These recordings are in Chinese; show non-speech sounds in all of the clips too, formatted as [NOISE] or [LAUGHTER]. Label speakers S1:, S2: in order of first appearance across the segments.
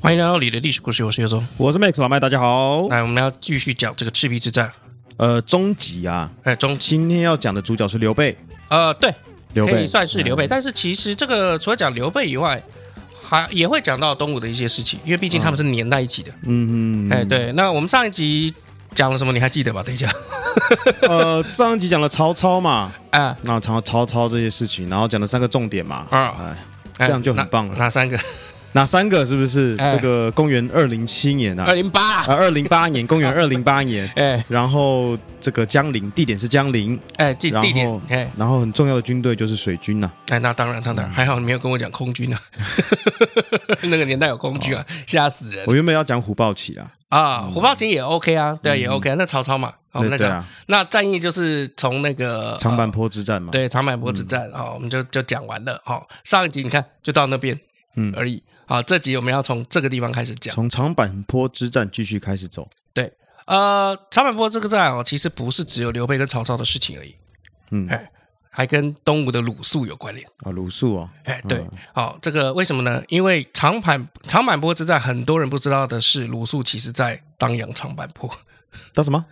S1: 欢迎来到你的历史故事，我是尤忠。
S2: 我是 Max 老麦，大家好。
S1: 来，我们要继续讲这个赤壁之战。
S2: 呃，终极啊，
S1: 哎，中期，
S2: 今天要讲的主角是刘备。
S1: 呃，对，
S2: 刘
S1: 可
S2: 备嗯
S1: 以算是刘备，但是其实这个除了讲刘备以外，还也会讲到东吴的一些事情，因为毕竟他们是粘在一起的。
S2: 嗯嗯，
S1: 哎，对，那我们上一集讲了什么？你还记得吧？等一下
S2: 呃，上一集讲了曹操嘛，
S1: 啊，
S2: 那讲了曹操这些事情，然后讲了三个重点嘛，
S1: 啊
S2: 哎，
S1: 哎
S2: 这样就很棒了啊
S1: 哪哪三个？
S2: 哪三个是不是？
S1: 哎
S2: 这个公元二零七年
S1: 二
S2: 啊，
S1: 零八。
S2: 呃，二零八年，公元二零八年，
S1: 哎
S2: 然后这个江陵，地点是江陵，
S1: 哎，地
S2: 然
S1: 地
S2: 后
S1: 点哎
S2: 然后很重要的军队就是水军啊呐，
S1: 哎，那当然当
S2: 嗯
S1: 然，还好你没有跟我讲空军啊， [LAUGHS] 那个年代有空军啊，
S2: 哦
S1: 吓死人
S2: 我原本要讲虎豹骑啊，
S1: 啊！虎豹骑也 OK 啊，对啊，也 OK 啊。那曹操嘛，好我们
S2: 对
S1: 再
S2: 嗯对
S1: 讲
S2: 啊，
S1: 那战役就是从那个
S2: 长坂嗯
S1: 呃
S2: 坡之战嘛，
S1: 对长坂坡之战啊、哦，我们就就讲完了。好、哦，上一集你看就到那边
S2: 嗯
S1: 而已。好、这集我们要从这个地方开始讲。
S2: 从长坂坡之战继续开始走，
S1: 对，呃，长坂坡这个战哦，其实不是只有刘备跟曹操的事情而已，
S2: 嗯，
S1: 哎，还跟东吴的鲁肃有关联。
S2: 啊，鲁肃哦，
S1: 哎，对，好、这个为什么呢？因为长坂长坂坡之战，很多人不知道的是，鲁肃其实在当阳长坂坡，
S2: 当什么？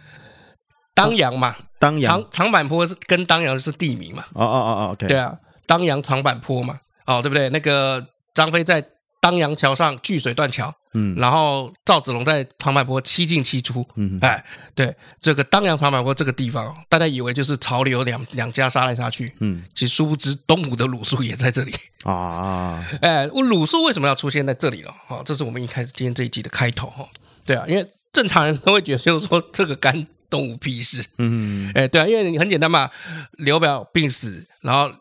S1: 当阳嘛，
S2: 当阳，
S1: 长长坂坡是跟当阳是地名嘛，
S2: 哦哦哦哦，OK，
S1: 对啊，当阳长坂坡嘛，哦，对不对？那个张飞在当阳桥上据水断桥，
S2: 嗯
S1: 然后赵子龙在长坂坡七进七出，
S2: 嗯
S1: 哎，对，这个当阳长坂坡这个地方，大家以为就是曹刘两两家杀来杀去，
S2: 嗯
S1: 其实殊不知东吴的鲁肃也在这里。 [LAUGHS]
S2: 啊啊，
S1: 哎，鲁肃为什么要出现在这里了？哦，这是我们一开始今天这一集的开头哦。对啊，因为正常人都会觉得就是说这个干东吴屁事，
S2: 嗯，
S1: 哎，对啊，因为你很简单嘛，刘表病死，然后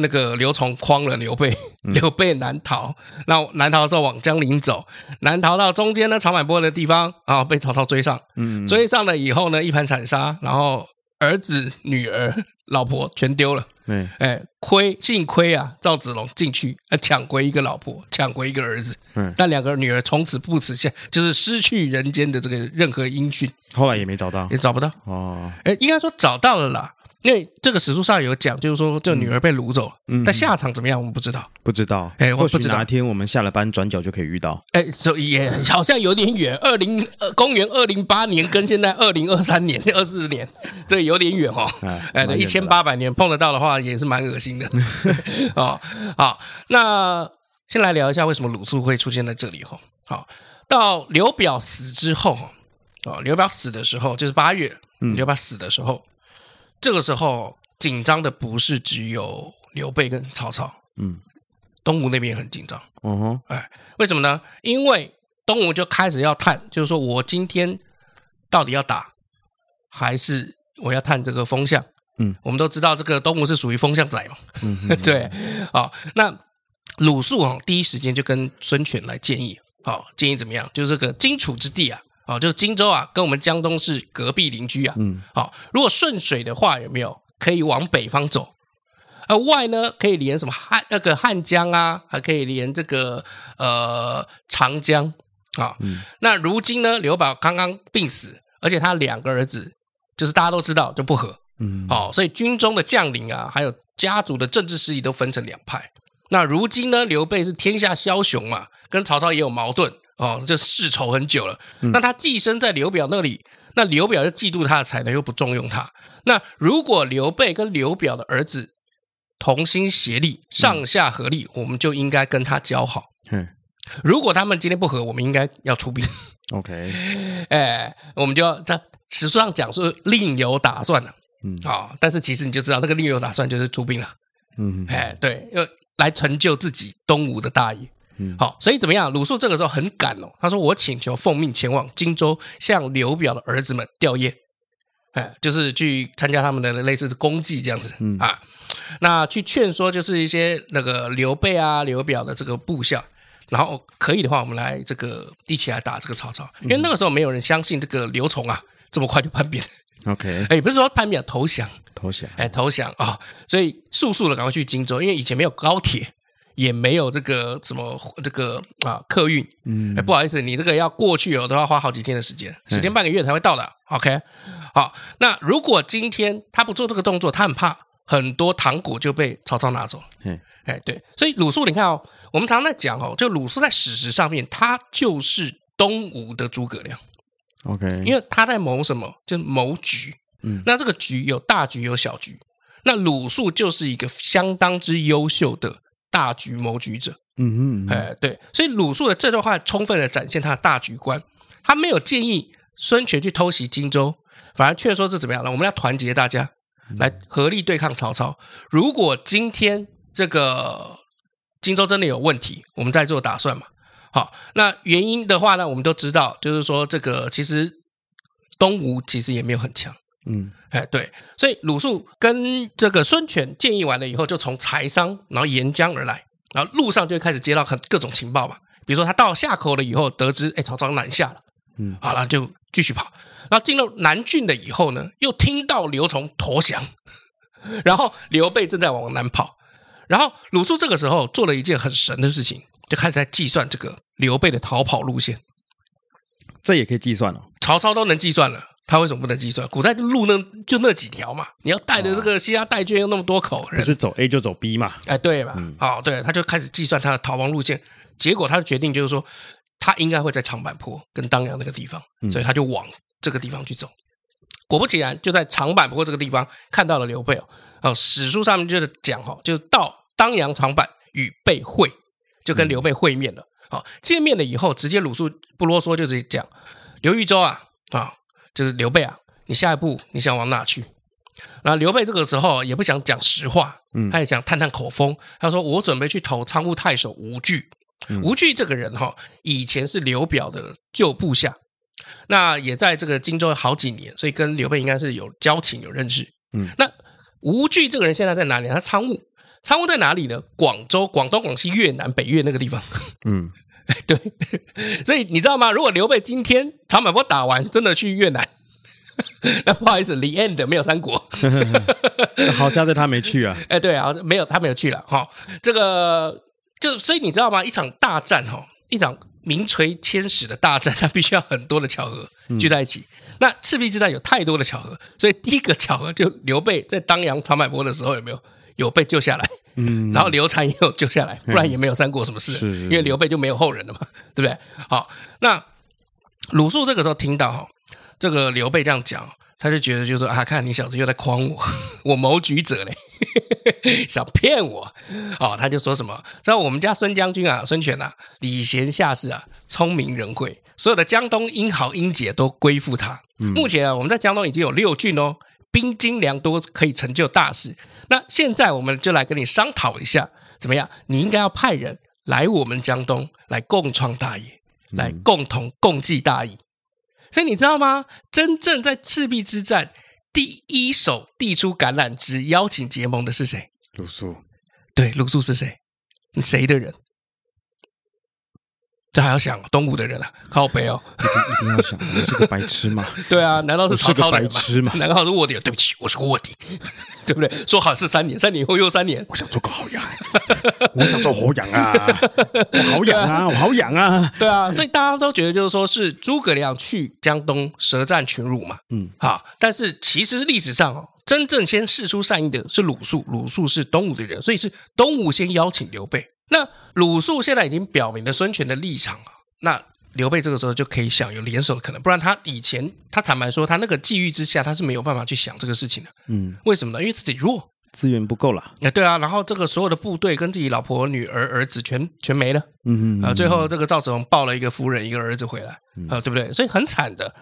S1: 那个刘琮诓了刘备，[LAUGHS]
S2: 嗯
S1: 刘备难逃，那难逃之后往江陵走，难逃到中间呢长坂坡的地方啊，被曹操追上，
S2: 嗯
S1: 追上了以后呢一盘惨杀，然后儿子、女儿、老婆全丢了。
S2: 对，
S1: 哎，亏幸亏啊，赵子龙进去，啊，抢回一个老婆，抢回一个儿子，
S2: 嗯
S1: 但两个女儿从此不耻下，就是失去人间的这个任何音讯，
S2: 后来也没找到
S1: 也，找不到。
S2: 哦，
S1: 哎，应该说找到了啦，因为这个史书上有讲，就是说这个女儿被掳走了，
S2: 嗯
S1: 但下场怎么样我们不知道。
S2: 不知道，
S1: 哎我
S2: 或
S1: 不
S2: 许
S1: 知道
S2: 哪天我们下了班转角就可以遇到，
S1: 哎，所以也好像有点远，二零呃公元二零八年跟现在二零二三年 [LAUGHS] 二四年，这有点远哦。
S2: 哎
S1: 哎，对，一千，八百年碰得到的话，也是蛮恶
S2: [LAUGHS]
S1: 心的哦。好，那先来聊一下为什么鲁肃会出现在这里哈。好，到刘表死之后，哦，刘表死的时候就是八月，
S2: 嗯
S1: 刘表死的时候，这个时候紧张的不是只有刘备跟曹操，
S2: 嗯，
S1: 东吴那边也很紧张。
S2: 哦吼，
S1: 哎，为什么呢？因为东吴就开始要探，就是说我今天到底要打，还是我要探这个风向？
S2: 嗯，
S1: 我们都知道这个东吴是属于风向仔嘛，
S2: 嗯哼
S1: [LAUGHS] 对，好、那鲁肃哦，第一时间就跟孙权来建议，好、建议怎么样？就是这个荆楚之地啊，哦，就是荆州啊，跟我们江东是隔壁邻居啊，
S2: 嗯
S1: 好、如果顺水的话，有没有可以往北方走？而呃外呢，可以连什么汉那个汉江啊，还可以连这个呃长江啊。那如今呢，刘表刚刚病死，而且他两个儿子就是大家都知道就不和，
S2: 嗯，
S1: 哦，所以军中的将领啊，还有家族的政治势力都分成两派。那如今呢，刘备是天下枭雄嘛，跟曹操也有矛盾哦，就世仇很久了。那他寄生在刘表那里，那刘表就嫉妒他的才能，又不重用他。那如果刘备跟刘表的儿子同心协力，上下合力，我们就应该跟他交好。
S2: 嘿
S1: 如果他们今天不和，我们应该要出兵。
S2: ，OK，
S1: 哎，我们就要在史书上讲说另有打算了、
S2: 嗯
S1: 好、但是其实你就知道，这个另有打算就是出兵了，
S2: 嗯
S1: 哎，对，要来成就自己东吴的大业。
S2: 嗯
S1: 好、所以怎么样？鲁肃这个时候很赶哦，他说：“我请求奉命前往荆州，向刘表的儿子们吊唁，哎，就是去参加他们的类似的公祭这样子、
S2: 嗯
S1: 啊。那去劝说就是一些那个刘备啊、刘表的这个部下，然后可以的话，我们来这个一起来打这个曹操，因
S2: 嗯
S1: 为那个时候没有人相信这个刘琮啊这么快就叛变， [LAUGHS]
S2: ，OK，
S1: 哎，不是说叛变投降，哦
S2: 投降，
S1: 哎，投降啊、所以速速的赶快去荆州，因为以前没有高铁，也没有这个什么这个啊客运。
S2: 嗯
S1: 哎，不好意思，你这个要过去哦，都要花好几天的时间，十天半个月才会到的。OK，好，那如果今天他不做这个动作，他很怕很多糖果就被曹操拿走了。
S2: 嘿
S1: 哎，对，所以鲁肃，你看哦，我们常常在讲哦，就鲁肃在史实上面，他就是东吴的诸葛亮，
S2: ，OK，
S1: 因为他在谋什么，就是谋局。
S2: 嗯，
S1: 那这个局有大局有小局，那鲁肃就是一个相当之优秀的大局谋局者。
S2: 嗯嗯嗯，
S1: 哎、对，所以鲁肃的这段话充分的展现他的大局观，他没有建议孙权去偷袭荆州，反而劝说是怎么样呢？我们要团结大家，来合力对抗曹操。如果今天这个荆州真的有问题，我们再做打算嘛。好，那原因的话呢，我们都知道，就是说这个其实东吴其实也没有很强。
S2: 嗯
S1: 哎，对，所以鲁肃跟这个孙权建议完了以后，就从柴桑，然后沿江而来，然后路上就开始接到很各种情报嘛，比如说他到夏口了以后，得知哎曹操南下了，
S2: 嗯，
S1: 好了就继续跑，然后进入南郡了以后呢，又听到刘琮投降，然后刘备正在往南跑，然后鲁肃这个时候做了一件很神的事情，就开始在计算这个刘备的逃跑路线，
S2: 这也可以计算哦。
S1: 曹操都能计算了，他为什么不能计算？古代就路呢就那几条嘛，你要带的这个西家带眷又那么多口
S2: 不
S1: 人，
S2: 是走 A 就走 B
S1: [LAUGHS]
S2: 嘛？
S1: 哎，对嘛？哦，对，他就开始计算他的逃亡路线，结果他的决定就是说，他应该会在长坂坡跟当阳那个地方，所以他就往这个地方去走。果不其然，就在长坂坡这个地方看到了刘备哦。哦，史书上面就是讲哦，就是到当阳长坂与备会，就跟刘备会面了。好、见面了以后，直接鲁肃不啰嗦，就直接讲刘豫州啊啊，就是刘备啊，你下一步你想往哪去？然后刘备这个时候也不想讲实话，
S2: 嗯
S1: 他也想探探口风。他说：“我准备去投仓户太守吴惧。
S2: 嗯
S1: 吴惧这个人哈、以前是刘表的旧部下，那也在这个荆州好几年，所以跟刘备应该是有交情、有认识。
S2: 嗯，
S1: 那吴惧这个人现在在哪里？他仓务，仓务在哪里呢？广州、广东、广西、越南、北越那个地方。
S2: 嗯，
S1: [LAUGHS] 对，所以你知道吗？如果刘备今天长坂坡打完，真的去越南， [LAUGHS] 那不好意思，李 end 没有三国。
S2: 好家在他没去啊。
S1: 哎，对啊，没有他没有去了哈、这个就所以你知道吗？一场大战哈、一场名垂千史的大战，它必须要很多的巧合
S2: 嗯
S1: 聚在一起。那赤壁之战有太多的巧合，所以第一个巧合就刘备在当阳长坂坡的时候有没有有被救下来？[LAUGHS]
S2: 嗯，
S1: 然后刘禅也有救下来，不然也没有三国什么事，
S2: [LAUGHS] 是
S1: 因为刘备就没有后人了嘛，对不对？好，那鲁肃这个时候听到哈，这个刘备这样讲，他就觉得就是说啊，看你小子又在诓我， [LAUGHS] 我谋局者嘞， [LAUGHS] 想骗我，哦，他就说什么，说我们家孙将军啊，孙权啊，礼贤下士啊，聪明仁惠，所有的江东英豪英杰都归附他。目前啊，我们在江东已经有六郡哦，兵精粮多，可以成就大事。那现在我们就来跟你商讨一下，怎么样？你应该要派人来我们江东来共创大业，来共同共济大义。所以你知道吗？真正在赤壁之战第一手递出橄榄枝邀请结盟的是谁？
S2: 鲁肃，
S1: 对，鲁肃是谁？你谁的人？这还要想东吴的人啊，靠北哦。
S2: 一定要想，我是个白痴嘛。
S1: [LAUGHS] 对啊，难道是曹操的人
S2: 我是个白痴
S1: 吗
S2: 嘛？
S1: 难道是卧底？对不起，我是个卧底， [LAUGHS] 对不对？说好是三年，三年以后又三年。
S2: 我想做个好羊， [LAUGHS] 我想做好羊啊，
S1: [LAUGHS]
S2: 我好痒啊，我好痒啊。
S1: 对啊，所以大家都觉得就是说是诸葛亮去江东舌战群儒嘛，
S2: 嗯，
S1: 好，但是其实历史上哦，真正先试出善意的是鲁肃，鲁肃是东吴的人，所以是东吴先邀请刘备。那鲁肃现在已经表明了孙权的立场啊，那刘备这个时候就可以想有联手的可能，不然他以前他坦白说，他那个际遇之下，他是没有办法去想这个事情的。
S2: 嗯，
S1: 为什么呢？因为自己弱。
S2: 资源不够啦。
S1: 哎，对啊，然后这个所有的部队跟自己老婆、女儿、儿子全全没了。
S2: 嗯
S1: 啊，最后这个赵子龙抱了一个夫人一个儿子回来，啊，对不对？所以很惨的。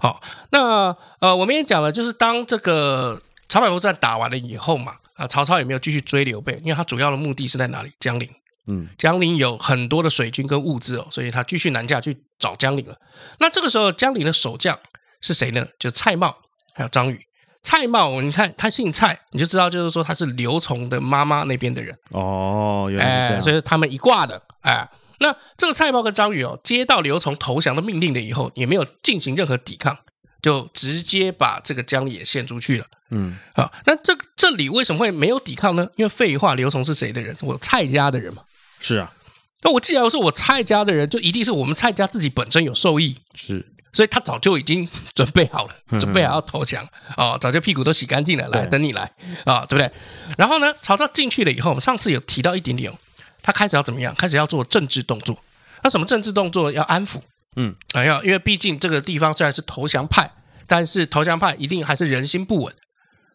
S1: 好，那呃，我们也讲了，就是当这个长坂坡战打完了以后嘛，啊，曹操也没有继续追刘备，因为他主要的目的是在哪里？江陵。
S2: 嗯，
S1: 江陵有很多的水军跟物资哦，所以他继续南下去找江陵了。那这个时候，江陵的守将是谁呢？就是蔡瑁，还有张宇。蔡瑁，你看他姓蔡，你就知道，就是说他是刘琮的妈妈那边的人。
S2: 哦，原来是这
S1: 哎，
S2: 样。
S1: 所以他们一挂的，哎。那这个蔡瑁跟张宇哦，接到刘琮投降的命令了以后，也没有进行任何抵抗，就直接把这个江也献出去了
S2: 嗯，
S1: 啊。那这这里为什么会没有抵抗呢？因为废话，刘琮是谁的人？我蔡家的人嘛，
S2: 是啊，
S1: 那我既然是我蔡家的人，就一定是我们蔡家自己本身有受益，
S2: 是
S1: 所以他早就已经准备好了，
S2: [LAUGHS] 嗯
S1: 准备好要投降哦，早就屁股都洗干净了，来
S2: 对
S1: 等你来啊、对不对？然后呢，曹操进去了以后，我们上次有提到一点点哦，他开始要怎么样？开始要做政治动作。那什么政治动作？要安抚，
S2: 嗯，
S1: 哎呀，因为毕竟这个地方虽然是投降派，但是投降派一定还是人心不稳。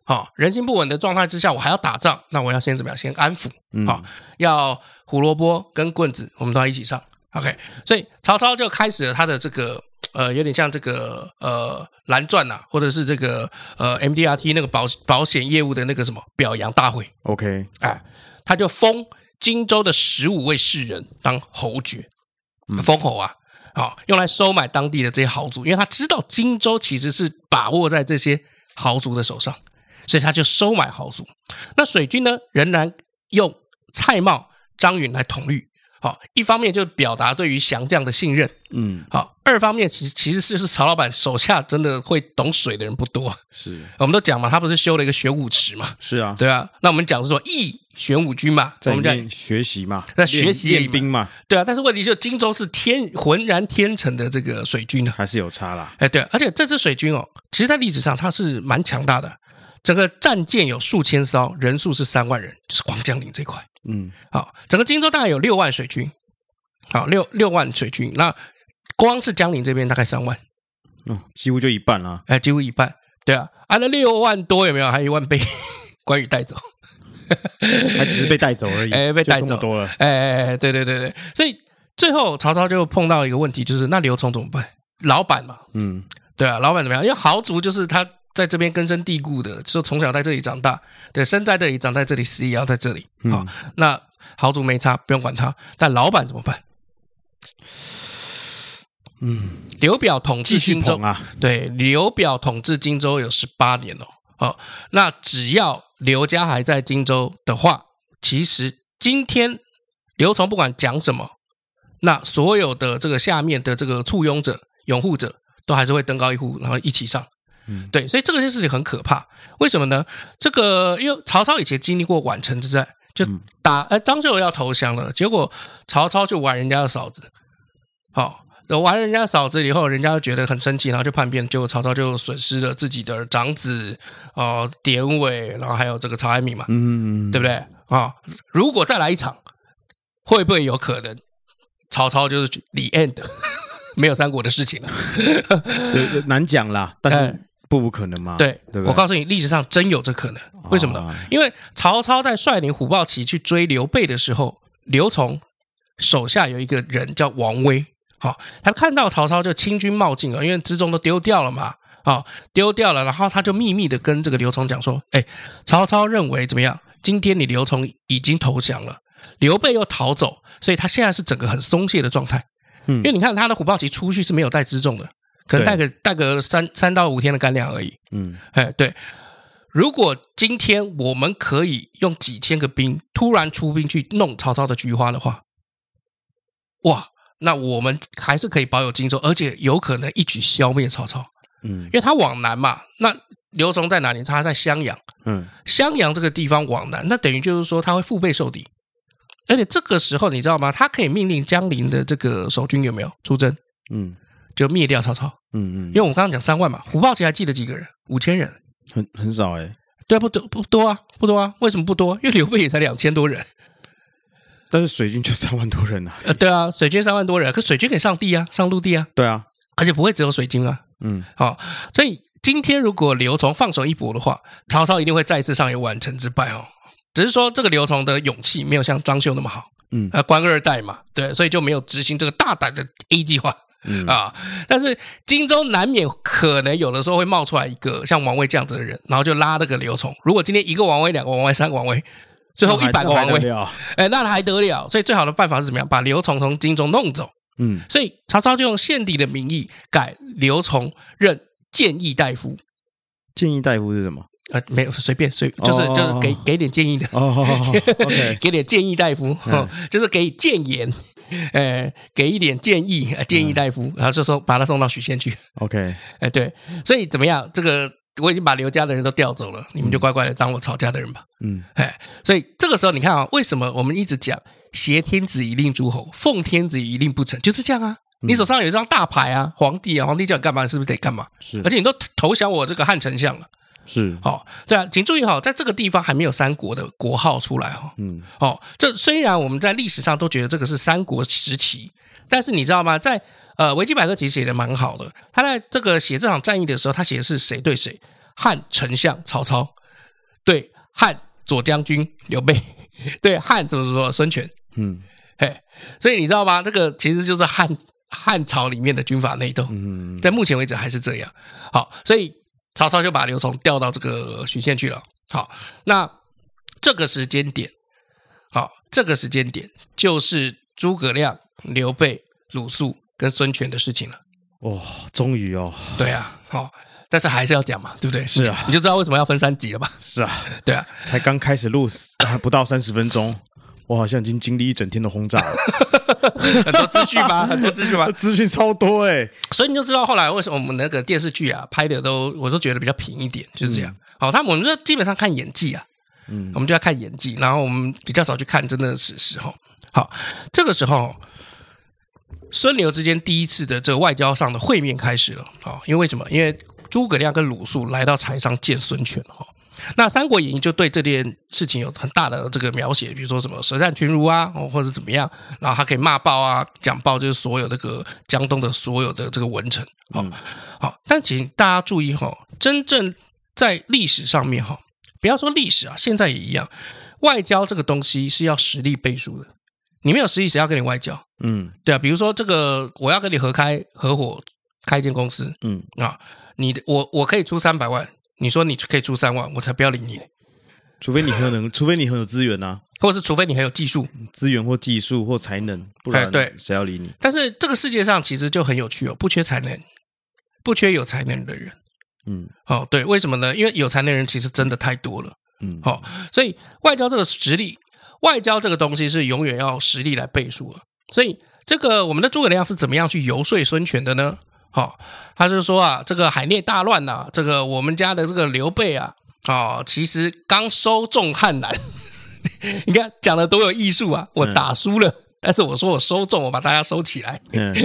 S1: 好、人心不稳的状态之下，我还要打仗，那我要先怎么样？先安抚，好、要胡萝卜跟棍子，我们都要一起上。OK，所以曹操就开始了他的这个呃，有点像这个呃蓝钻呐、或者是这个呃 MDRT 那个保保险业务的那个什么表扬大会，
S2: OK，
S1: 哎，他就封荆州的十五位士人当侯爵，封侯啊，好、用来收买当地的这些豪族，因为他知道荆州其实是把握在这些豪族的手上，所以他就收买豪族。那水军呢，仍然用蔡瑁、张允来统御。好、一方面就表达对于降将的信任，
S2: 嗯，
S1: 好、二方面其实其实是是曹老板手下真的会懂水的人不多。
S2: 是
S1: 我们都讲嘛，他不是修了一个玄武池嘛，
S2: 是啊，
S1: 对啊，那我们讲是说义玄武军嘛，我
S2: 在
S1: 们
S2: 里
S1: 讲
S2: 面学习嘛，
S1: 在
S2: 练
S1: 学习
S2: 练兵嘛，
S1: 对啊，但是问题就是荆州是天浑然天成的这个水军啊，
S2: 还是有差啦。
S1: 哎对啊、而且这支水军哦，其实在历史上它是蛮强大的，整个战舰有数千艘，人数是三万人，就是广江陵这块。
S2: 嗯，
S1: 好、整个荆州大概有六万水军，好、六六万水军，那光是江陵这边大概三万，
S2: 哦，几乎就一半啦。
S1: 哎，几乎一半，对啊，啊那六万多有没有？还有一万被 [LAUGHS] 关羽带走。
S2: 还只是被带走而已，
S1: 哎被带走
S2: 就这么多了。
S1: 哎哎哎，对对对对，所以最后曹操就碰到一个问题，就是那刘琮怎么办？老板嘛，
S2: 嗯，
S1: 对啊，老板怎么样？因为豪族就是他在这边根深蒂固的，就从小在这里长大，对，生在这里，长在这里，死也要在这里。
S2: 嗯
S1: 好、那豪族没差，不用管他。但老板怎么办？嗯，刘表统
S2: 继
S1: 治
S2: 续
S1: 荆州
S2: 捧，啊，
S1: 对，刘表统治荆州有十八年哦。哦，那只要刘家还在荆州的话，其实今天刘琮不管讲什么，那所有的这个下面的这个簇拥者、拥护者，都还是会登高一呼，然后一起上。
S2: 嗯
S1: 对，所以这件事情很可怕。为什么呢？这个因为曹操以前经历过宛城之战，就打呃张绣要投降了，结果曹操就玩人家的嫂子，好、玩人家嫂子以后，人家就觉得很生气，然后就叛变，结果曹操就损失了自己的长子哦、呃典韦，然后还有这个曹安民嘛，
S2: 嗯，
S1: 对不对啊、如果再来一场，会不会有可能曹操就是李 end [LAUGHS] 没有三国的事情了？
S2: 有有难讲啦，但
S1: 哎
S2: 是不无可能嘛。
S1: 对，
S2: 对不
S1: 我
S2: 对？
S1: 告诉你，历史上真有这可能。为什么呢？
S2: 啊
S1: 因为曹操在率领虎豹骑去追刘备的时候，刘琮手下有一个人叫王威，好、他看到曹操就清军冒进了，因为辎重都丢掉了嘛，啊、丢掉了，然后他就秘密的跟这个刘琮讲说，哎，曹操认为怎么样？今天你刘琮已经投降了，刘备又逃走，所以他现在是整个很松懈的状态。
S2: 嗯
S1: 因为你看他的虎豹骑出去是没有带辎重的，可能带个带个三三到五天的干粮而已。
S2: 嗯，
S1: 哎，对。如果今天我们可以用几千个兵突然出兵去弄曹操的菊花的话，哇，那我们还是可以保有荆州，而且有可能一举消灭曹操，
S2: 嗯
S1: 因为他往南嘛。那刘琮在哪里？他在襄阳，
S2: 嗯，
S1: 襄阳这个地方往南，那等于就是说他会腹背受敌。而且这个时候你知道吗？他可以命令江陵的这个守军有没有出征，
S2: 嗯
S1: 就灭掉曹操。
S2: 嗯
S1: 因为
S2: 嗯，
S1: 我们刚刚讲三万嘛，虎豹骑还记得几个人？五千人。
S2: 很很少哎，
S1: 对啊，不多不多啊，不多啊。为什么不多？因为刘备也才两千多人。
S2: 但是水军就三万多人啊。
S1: 呃，对啊，水军三万多人，可水军可以上地啊，上陆地啊，
S2: 对啊，
S1: 而且不会只有水军啊。
S2: 嗯，
S1: 好、所以今天如果刘琮放手一搏的话，曹操一定会再次上演宛城之败哦。只是说这个刘琮的勇气没有像张绣那么好，
S2: 嗯
S1: 呃，官二代嘛，对，所以就没有执行这个大胆的 A 计划。
S2: 嗯
S1: 啊，但是荆州难免可能有的时候会冒出来一个像王威这样子的人，然后就拉那个刘琮。如果今天一个王威、两个王威、三个王威，最后
S2: 那还
S1: 一百个
S2: 那还
S1: 王威
S2: 得，了啊
S1: 哎，那还得了？所以最好的办法是怎么样？把刘琮从荆州弄走。
S2: 嗯
S1: 所以曹操就用献帝的名义改刘琮任谏议大夫，
S2: 建议大夫是什么？
S1: 呃，没有随便随就是
S2: 哦
S1: 就是给给点建议的，
S2: 哦，OK，
S1: [LAUGHS] 给点建议大夫，
S2: 嗯
S1: 哦就是给谏言，呃，给一点建
S2: 嗯
S1: 议，呃建议大夫，然后就说把他送到许县去。
S2: OK，
S1: 哎，对，所以怎么样？这个我已经把刘家的人都调走了，你们就乖乖的当我曹家的人吧。
S2: 嗯，
S1: 哎，所以这个时候你看啊，为什么我们一直讲挟天子以令诸侯，奉天子以令不臣，就是这样啊。你手上有一张大牌啊，皇帝啊，皇帝叫你干嘛，是不是得干嘛？
S2: 是
S1: 而且你都投降我这个汉丞相了，
S2: 是，
S1: 哦，对啊，请注意哈、在这个地方还没有三国的国号出来哈、
S2: 嗯
S1: 哦，这虽然我们在历史上都觉得这个是三国时期，但是你知道吗？在呃维基百科其实写的蛮好的，他在这个写这场战役的时候，他写的是谁对谁，汉丞相曹操对汉左将军刘备 [LAUGHS] 对汉怎么怎么孙权，
S2: 嗯
S1: 嘿，所以你知道吗？这个其实就是汉汉朝里面的军阀内斗，
S2: 嗯
S1: 在目前为止还是这样。好，所以曹操就把刘琮调到这个许县去了。好，那这个时间点，好，这个时间点就是诸葛亮、刘备、鲁肃跟孙权的事情了。
S2: 哦，终于哦，
S1: 对啊，好，但是还是要讲嘛，对不对？
S2: 是啊
S1: 你就知道为什么要分三集了吧？
S2: 是啊， [LAUGHS]
S1: 对啊，
S2: 才刚开始录啊不到三十分钟，我好像已经经历一整天的轰炸了，
S1: 很多资讯吧，很多资讯吧，
S2: 资讯超多哎，
S1: 所以你就知道后来为什么我们那个电视剧啊拍的都我都觉得比较平一点，就是这样。好、他们我们这基本上看演技啊，
S2: 嗯
S1: 我们就要看演技，然后我们比较少去看真的史实哈。好，这个时候孙刘之间第一次的这个外交上的会面开始了啊，因为为什么？因为诸葛亮跟鲁肃来到柴桑见孙权哦哈。那《三国演义》就对这件事情有很大的这个描写，比如说什么舌战群儒啊，哦或者怎么样，然后他可以骂爆啊、讲爆，就是所有这个江东的所有的这个文臣。好、好、但请大家注意哈、真正在历史上面哈、不要说历史啊，现在也一样，外交这个东西是要实力背书的，你没有实力，谁要跟你外交？
S2: [LAUGHS] 嗯
S1: 对啊，比如说这个，我要跟你合开合伙开一间公司，
S2: 嗯
S1: 啊，你的我我可以出三百万，你说你可以出三万，我才不要理你。
S2: 除非你很有能，除非你很有资源啊，
S1: 或者是除非你很有技术，
S2: 资源或技术或才能，不
S1: 哎
S2: 然
S1: 对
S2: 谁要理你？
S1: 但是这个世界上其实就很有趣哦，不缺才能，不缺有才能的人。
S2: [LAUGHS] 嗯
S1: 哦，对，为什么呢？因为有才能的人其实真的太多了。
S2: 嗯
S1: 好、所以外交这个实力，外交这个东西是永远要实力来背书的。所以这个我们的诸葛亮是怎么样去游说孙权的呢？好、他就说啊，这个海内大乱呐、这个我们家的这个刘备啊，哦，其实刚收众汉南， [LAUGHS] 你看讲的多有艺术啊！我打输了，但是我说我收众，我把大家收起来，
S2: 嗯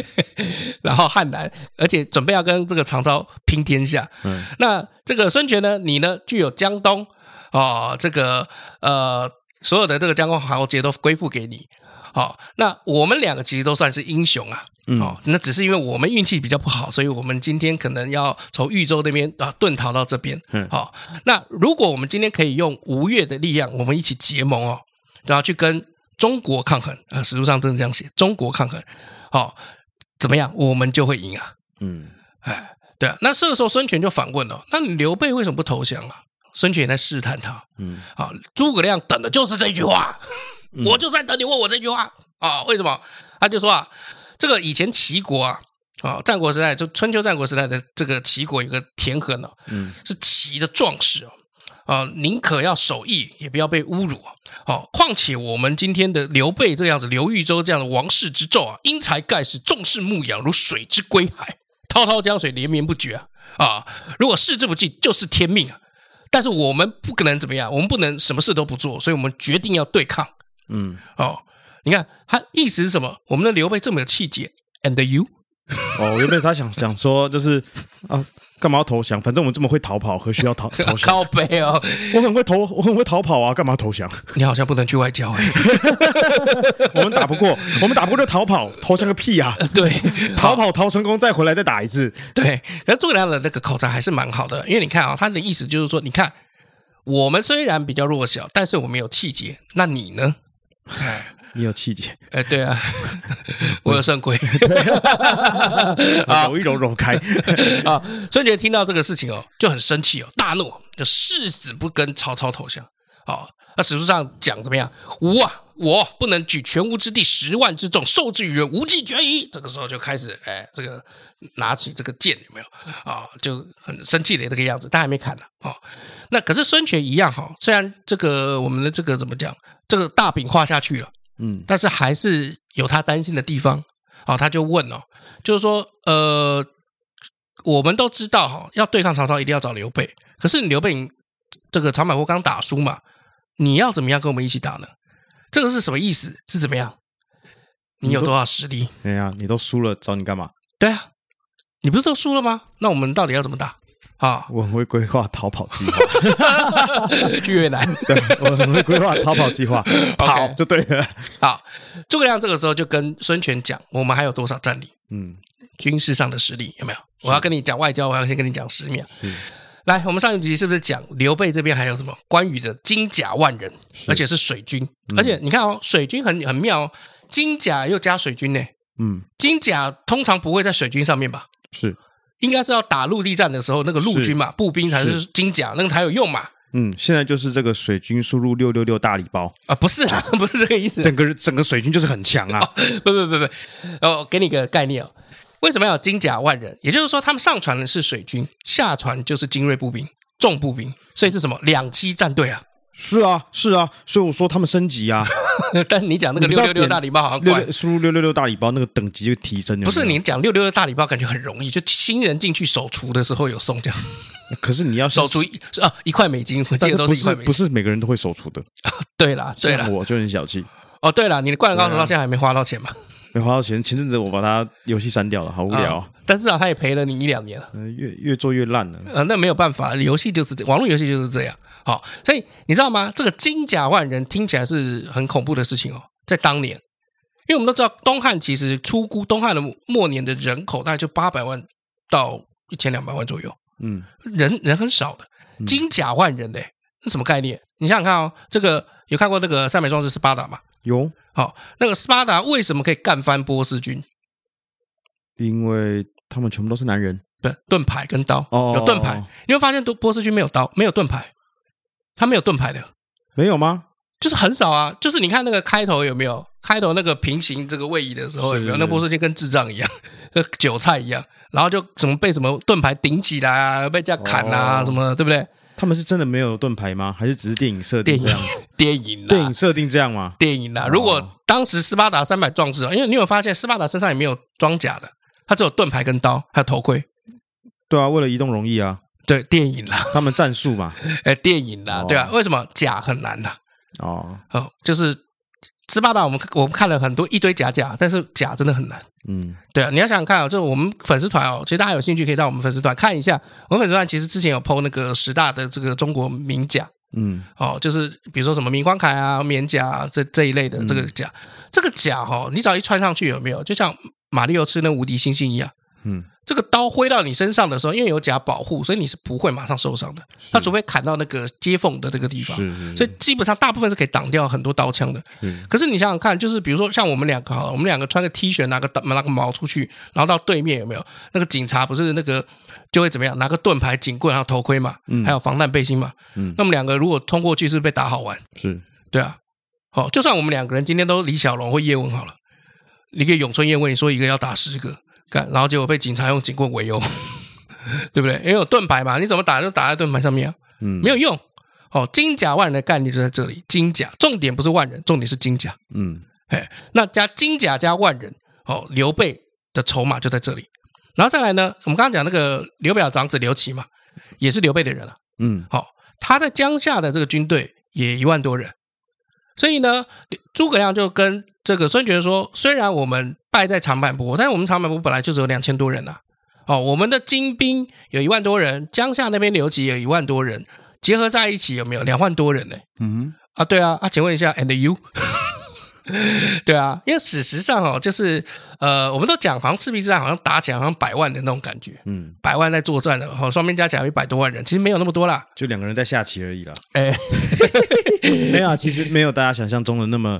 S1: 然后汉南，而且准备要跟这个曹操拼天下。
S2: 嗯
S1: 那这个孙权呢，你呢具有江东哦，这个呃所有的这个江东豪杰都归附给你。好、那我们两个其实都算是英雄啊。
S2: 嗯
S1: 哦，那只是因为我们运气比较不好，所以我们今天可能要从豫州那边啊遁逃到这边。
S2: 嗯
S1: 好、那如果我们今天可以用吴越的力量，我们一起结盟哦，然后去跟中国抗衡。啊，史书上真的这样写，中国抗衡。好、怎么样？我们就会赢啊。
S2: 嗯，
S1: 哎，对啊，那这个时候孙权就反问了：那你刘备为什么不投降啊？孙权也在试探他。
S2: 嗯，
S1: 啊，诸葛亮等的就是这句话， [LAUGHS] 我就在等你问我这句话啊。为什么？他就说啊，这个以前齐国啊，啊，战国时代就春秋战国时代的这个齐国有个田横呢、
S2: 嗯，
S1: 是齐的壮士哦。啊，宁可要守义，也不要被侮辱啊！哦，况且我们今天的刘备这样子，刘豫州这样的王室之胄啊，因材盖世，重视牧养，如水之归海，滔滔江水连绵不绝啊！啊，如果视之不计，就是天命啊！但是我们不可能怎么样，我们不能什么事都不做，所以我们决定要对抗。
S2: 嗯，
S1: 哦，你看他意思是什么？我们的刘备这么有气节，and you，
S2: 哦，原本他想 [LAUGHS] 想说就是啊，干嘛要投降？反正我们这么会逃跑，何须要逃投降？ [LAUGHS]
S1: 靠背哦，
S2: 我很会投，我很会逃跑啊，干嘛投降？ [LAUGHS]
S1: 你好像不能去外交哎、
S2: 我们打不过，我们打不过就逃跑，投降个屁啊！
S1: [LAUGHS] 对，
S2: [LAUGHS] 逃跑逃成功再回来再打一次，
S1: 对，可是诸葛亮的那个口才还是蛮好的，因为你看啊、他的意思就是说，你看我们虽然比较弱小，但是我们有气节，那你呢？哎，
S2: 你有
S1: [LAUGHS]
S2: 气节，
S1: 哎对啊，我有圣规。
S2: 揉一揉
S1: [LAUGHS]
S2: 揉开，
S1: 啊，孙权听到这个事情哦，就很生气哦，大怒，就誓死不跟曹操投降。哦，那史书上讲怎么样？吾啊，我不能举全吴之地十万之众，受之于人，无计决矣。这个时候就开始，哎，这个拿起这个剑有没有啊、就很生气的这个样子，但还没砍呢、哦，那可是孙权一样哈、虽然这个我们的这个怎么讲，这个大饼画下去了，
S2: 嗯
S1: 但是还哦是有他担心的地方。好、他就问哦，就是说，呃，我们都知道哈，要对抗曹操一定要找刘备，可是你刘备你这个长坂坡刚打输嘛，你要怎么样跟我们一起打呢？这个是什么意思？是怎么样？你有多少实力？
S2: 哎呀，你都输了，找你干嘛？
S1: 对啊，你不是都输了吗？那我们到底要怎么打啊？
S2: 我很会规划逃跑计划，
S1: [LAUGHS]
S2: [LAUGHS]
S1: 越南
S2: 对我很会规划逃跑计划，跑就对了。
S1: [LAUGHS]
S2: [LAUGHS]
S1: 好，诸葛亮这个时候就跟孙权讲，我们还有多少战力，
S2: 嗯，
S1: 军事上的实力有没有？我要跟你讲外交，我要先跟你讲十秒。
S2: 是
S1: 来，我们上一集是不是讲刘备这边还有什么关羽的金甲万人，
S2: 是嗯
S1: 而且是水军，而且你看哦，水军很很妙哦，金甲又加水军呢。
S2: 嗯
S1: 金甲通常不会在水军上面吧？
S2: 是
S1: 应该是要打陆地战的时候，那个陆军嘛，步兵才是金甲，那个才有用嘛。
S2: 嗯，现在就是这个水军输入六六六大礼包，
S1: 啊，不是啊， [LAUGHS] 不是这个意思，
S2: 整个整个水军就是很强啊。
S1: 不不不不，哦，给你个概念哦，为什么要有金甲万人？也就是说，他们上船的是水军，下船就是精锐步兵、重步兵，所以是什么两栖战队啊？ [LAUGHS]
S2: 是啊是啊，所以我说他们升级啊，
S1: 但是你讲那个
S2: 你
S1: 六
S2: 知
S1: 六
S2: 道
S1: 六
S2: 点
S1: 大礼包好像
S2: 六
S1: 怪
S2: 六输入六六六大礼包那个等级就提升了。
S1: 不是
S2: 有没有
S1: 你讲六六六大礼包，感觉很容易，就新人进去手厨的时候有送这样，
S2: 可是你要是
S1: [LAUGHS] 手厨一啊一块美金，我记
S2: 但
S1: 得
S2: 是
S1: 都
S2: 不
S1: 是一块
S2: 是
S1: 美
S2: 不
S1: 金。
S2: 是每个人都会手出的？
S1: 对啦，对啦
S2: 像，我就很小气，
S1: 哦对啦，你的灌篮高手到现在还没花到钱嘛？
S2: 没花到钱。前阵子我把它游戏删掉了，好无聊
S1: 啊
S2: 啊，
S1: 但至少他也赔了你一两年了。
S2: 呃越越做越烂了。
S1: 呃，那没有办法，游戏就是这，网络游戏就是这样。好，所以你知道吗？这个金甲万人听起来是很恐怖的事情哦，在当年，因为我们都知道东汉其实出估东汉的末年的人口大概就八百万到一千两百万左右，
S2: 嗯，
S1: 人人很少的，金甲万人嘞、那什么概念？你想想看哦，这个有看过那个《三百壮士斯巴达》吗？
S2: 有，
S1: 好、那个斯巴达为什么可以干翻波斯军？
S2: 因为他们全部都是男人。
S1: 对，盾牌跟刀，
S2: 哦
S1: 有盾牌。你会发现，都波斯军没有刀，没有盾牌，他没有盾牌的，
S2: 没有吗？
S1: 就是很少啊。就是你看那个开头有没有？开头那个平行这个位移的时候有没有？
S2: 是
S1: 那波斯军跟智障一样，跟韭菜一样，然后就什么被什么盾牌顶起来啊，被这样砍啊，
S2: 哦
S1: 什么的，对不对？
S2: 他们是真的没有盾牌吗？还是只是电影设
S1: 电
S2: 定
S1: 影
S2: 这样子？
S1: 电影啊
S2: 电
S1: 啦
S2: 影，设定这样吗？
S1: 电影啊啦。如
S2: 哦
S1: 果当时斯巴达三百壮士，啊因为你有发现斯巴达身上也没有装甲的，他只有盾牌跟刀，还有头盔。
S2: 对啊，为了移动容易啊，
S1: 对，电影啦， [LAUGHS]
S2: 他们战术嘛。 [LAUGHS]
S1: 哎，电影啦，
S2: 哦
S1: 对啊，为什么甲很难呐？
S2: 哦，
S1: 哦，就是斯巴达，我们我们看了很多一堆假假，但是假真的很难。
S2: 嗯，
S1: 对啊，你要想想看哦，就是我们粉丝团哦，其实大家有兴趣可以到我们粉丝团看一下。我们粉丝团其实之前有 PO 那个十大的这个中国名甲
S2: 嗯，
S1: 哦，就是比如说什么明光铠啊、棉甲啊这这一类的这个甲，这个甲哈、哦，你只要一穿上去有没有，就像马里奥吃那无敌星星一样，
S2: 嗯，
S1: 这个刀挥到你身上的时候，因为有甲保护，所以你是不会马上受伤的。那除非砍到那个接缝的这个地方，
S2: 是是
S1: 所以基本上大部分是可以挡掉很多刀枪的。
S2: 嗯是
S1: 可是你想想看，就是比如说像我们两个好了，我们两个穿个 T 恤，拿个刀拿个矛出去，然后到对面有没有那个警察不是那个就会怎么样？拿个盾牌、警棍，还有头盔嘛，还有防弹背心嘛。
S2: 嗯
S1: 那么两个如果冲过去，是不是被打好玩，
S2: 是，
S1: 对啊。好、就算我们两个人今天都李小龙或叶问好了，一个咏春叶问，你说一个要打十个，干，然后结果被警察用警棍围殴， [LAUGHS] 对不对？因为有盾牌嘛，你怎么打就打在盾牌上面啊。
S2: 嗯，
S1: 没有用。哦，金甲万人的概念就在这里，金甲重点不是万人，重点是金甲。
S2: 嗯，
S1: 哎，那加金甲加万人，哦，刘备的筹码就在这里。然后再来呢，我们刚刚讲那个刘表长子刘琦嘛，也是刘备的人啊了、
S2: 嗯，
S1: 好、他在江夏的这个军队也一万多人，所以呢，诸葛亮就跟这个孙权说，虽然我们败在长坂坡，但是我们长坂坡本来就只有两千多人呐、哦，我们的精兵有一万多人，江夏那边留级有一万多人，结合在一起有没有两万多人呢、
S2: 嗯，
S1: 啊，对啊，啊，请问一下，and you？对啊，因为事实上哦，就是呃，我们都讲，好像赤壁之战好像打起来好像百万的那种感觉，
S2: 嗯，
S1: 百万在作战的，哦，双边加起来一百多万人，其实没有那么多啦。
S2: 就两个人在下棋而已
S1: [LAUGHS]
S2: 啦。
S1: 哎，
S2: 没有啊，其实没有大家想象中的那么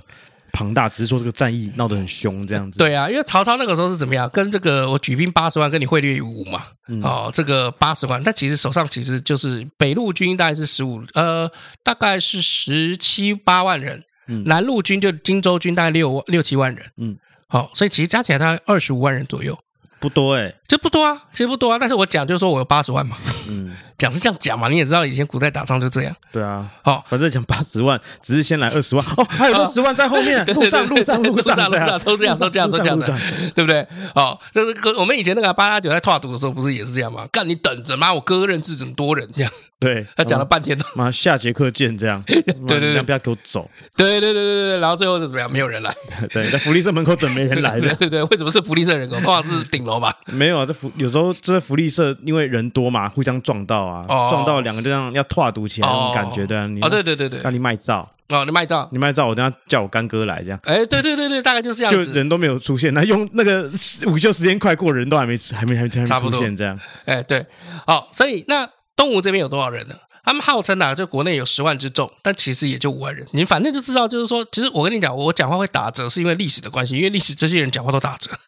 S2: 庞大，只是说这个战役闹得很凶这样子。，
S1: 对啊，因为曹操那个时候是怎么样，跟这个我举兵八十万，跟你汇率五嘛，哦，这个八十万，但其实手上其实就是北路军大概是十五，呃，大概是十七八万人，南路军就荆州军大概六六七万人，
S2: 嗯，
S1: 好、所以其实加起来大概二十五万人左右。
S2: 不多哎、
S1: 这不多啊，其实不多啊，但是我讲就是说我有八十万嘛， [LAUGHS]
S2: 嗯，
S1: 讲是这样讲嘛，你也知道以前古代打仗就这样。哦
S2: 对啊，
S1: 好、
S2: 反正讲八十万，只是先来二十万，哦，还有二十万在后面，
S1: 啊对
S2: 路
S1: 对对
S2: 上路上
S1: 对
S2: 路上
S1: 路上
S2: 这样，
S1: 都这样都这样
S2: 路
S1: 都
S2: 上
S1: 这样
S2: 路
S1: 的
S2: 上，
S1: 对不对？哦，这是跟我们以前那个八八九在跨赌的时候，不是也是这样吗？干你等着妈，我哥认识很多人这样，
S2: 对，嗯
S1: 他讲了半天都，
S2: 妈下节课见这样，对
S1: [LAUGHS] 对对
S2: 不要给我走，
S1: 对对对对对对，然后最后是怎么样？没有人来，
S2: 对，在福利社门口等没人来
S1: 对
S2: 的，
S1: [LAUGHS] 对对，为什么是福利社人
S2: [LAUGHS]
S1: 口？通常是顶楼吧？
S2: 没有啊，这福有时候这福利社因为人多嘛，互相撞到啊，
S1: 哦
S2: 撞到两个就这样要跨堵起来那
S1: 哦
S2: 种感觉，对啊，你
S1: 哦，对对对对，
S2: 让你卖照，
S1: 哦，你卖照，
S2: 你卖照，我等下叫我干哥来这样。
S1: 哎，对对对对，大概就是这
S2: 就
S1: 样子，
S2: 人都没有出现，那用那个午休时间快过，人都还没还没还没还没
S1: 差不
S2: 出
S1: 多
S2: 现这样。
S1: 哎，对，好，所以那东吴这边有多少人呢？他们号称啊，就国内有十万之众，但其实也就五万人。你反正就知道，就是说，其实我跟你讲，我讲话会打折，是因为历史的关系，因为历史这些人讲话都打折。 [LAUGHS]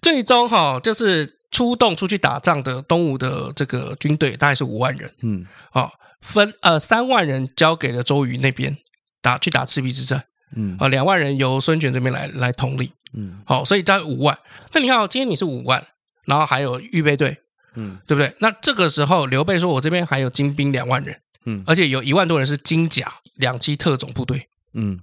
S1: 最终哈、就是出动出去打仗的东吴的这个军队大概是五万人
S2: 嗯，
S1: 啊、哦分呃三万人交给了周瑜那边打去打赤壁之战
S2: 嗯
S1: 啊，两、万人由孙权这边来来统领。
S2: 嗯
S1: 好、所以大概五万。那你看、哦，今天你是五万，然后还有预备队，
S2: 嗯，
S1: 对不对？那这个时候，刘备说：“我这边还有精兵两万人，
S2: 嗯
S1: 而且有一万多人是金甲两栖特种部队，
S2: 嗯，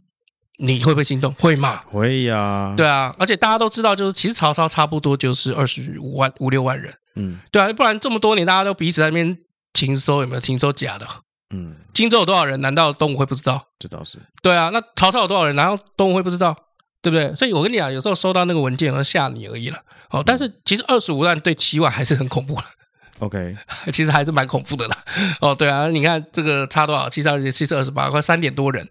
S1: 你会不会心动？会嘛？
S2: 会呀。
S1: 对啊，而且大家都知道，就是其实曹操差不多就是二十五万五六万人，
S2: 嗯
S1: 对啊，不然这么多年大家都彼此在那边秦收，有没有秦收假的？
S2: 嗯，
S1: 荆州有多少人？难道东吴会不知道？
S2: 这倒是。
S1: 对啊，那曹操有多少人？难道东吴会不知道？对不对？所以我跟你讲，有时候收到那个文件，而吓你而已了。哦，但是其实二十五万对七万还是很恐怖了。”
S2: OK，
S1: [LAUGHS] 其实还是蛮恐怖的啦。哦，对啊，你看这个差多少？七十二、七十二十八，快三点多人，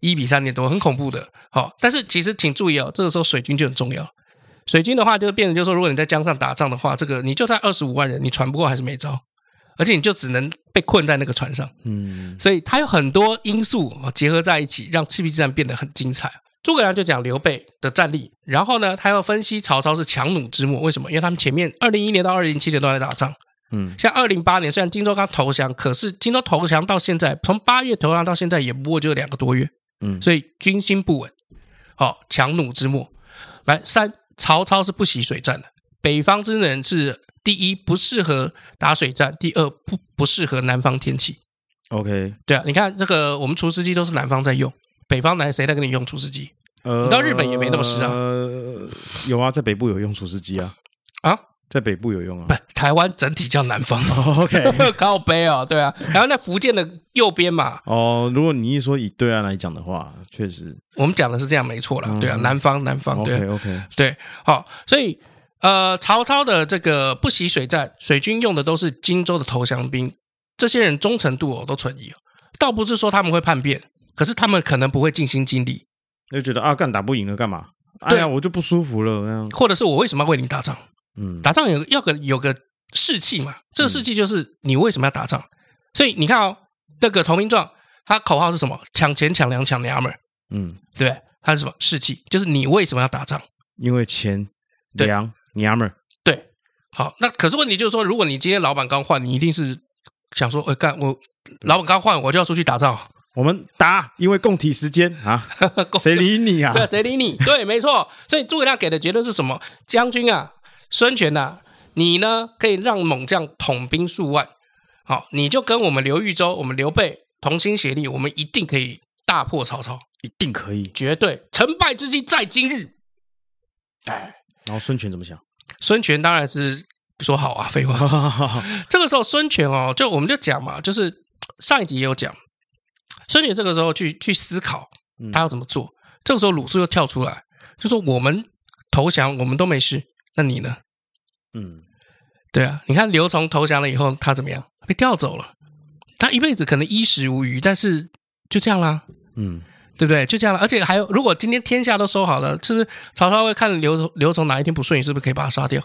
S1: 一比三点多，很恐怖的。好、但是其实请注意哦，这个时候水军就很重要。水军的话，就变成就是说，如果你在江上打仗的话，这个你就算二十五万人，你船不过还是没招，而且你就只能被困在那个船上。
S2: 嗯
S1: 所以它有很多因素哦结合在一起，让赤壁之战变得很精彩。诸葛亮就讲刘备的战力，然后呢，他要分析曹操是强弩之末，为什么？因为他们前面二零一年到二零七年都在打仗，
S2: 嗯
S1: 像二零八年，虽然荆州刚投降，可是荆州投降到现在，从八月投降到现在也不过就两个多月，
S2: 嗯，
S1: 所以军心不稳。好、强弩之末。来三，曹操是不习水战的，北方之人是第一不适合打水战，第二不不适合南方天气。
S2: OK，
S1: 对啊，你看这个我们除湿机都是南方在用，北方男谁在跟你用除湿机
S2: 呃，
S1: 你到日本也没那么湿啊
S2: 呃，有啊，在北部有用除湿机啊，
S1: 啊？
S2: 在北部有用
S1: 不
S2: 啊。，
S1: 台湾整体叫南方，
S2: 哦 OK，
S1: [LAUGHS] 靠北哦，对啊。然后那福建的右边嘛，
S2: 哦，如果你一说以对岸来讲的话，确实
S1: 我们讲的是这样没错啦，对啊，南方南方，对啊、
S2: 嗯 OK OK，
S1: 对，好、所以呃，曹操的这个不习水战，水军用的都是荆州的投降兵，这些人忠诚度我都存疑哦，倒不是说他们会叛变，可是他们可能不会尽心尽力，
S2: 就觉得啊，干打不赢了干嘛？哎
S1: 对
S2: 呀，我就不舒服了那样。
S1: 或者是我为什么要为你打仗？
S2: 嗯
S1: 打仗有要个有个士气嘛，这个士气就是你为什么要打仗？所以你看哦，那个投名状，他口号是什么？抢钱、抢粮、抢娘们儿，
S2: 嗯，
S1: 对不对？他是什么士气？就是你为什么要打仗？
S2: 因为钱
S1: 对
S2: 粮娘们儿，
S1: 对，好，那可是问题就是说，如果你今天老板刚换，你一定是想说，呃，干我老板刚换，我就要出去打仗，
S2: 我们打，因为供体时间
S1: [LAUGHS]
S2: 啊，谁理你啊？
S1: 对啊，谁理你？对，没错。所以诸葛亮给的结论是什么？将军啊，孙权啊，你呢可以让猛将统兵数万，好，你就跟我们刘豫州、我们刘备同心协力，我们一定可以大破曹操，
S2: 一定可以。
S1: 绝对成败之机在今日。哎，
S2: 然后孙权怎么想？
S1: [LAUGHS] 孙权当然是说好啊，废话。这个时候孙权哦，就我们就讲嘛，就是上一集也有讲，孙权这个时候去去思考
S2: 嗯
S1: 他要怎么做。这个时候鲁肃又跳出来，就说我们投降，我们都没事，那你呢？
S2: 嗯，
S1: 对啊，你看刘琮投降了以后，他怎么样？被调走了，他一辈子可能衣食无余，但是就这样啦，
S2: 嗯，
S1: 对不对？就这样了。而且还有，如果今天天下都收好了，是不是曹操会看刘刘琮哪一天不顺眼，是不是可以把他杀掉？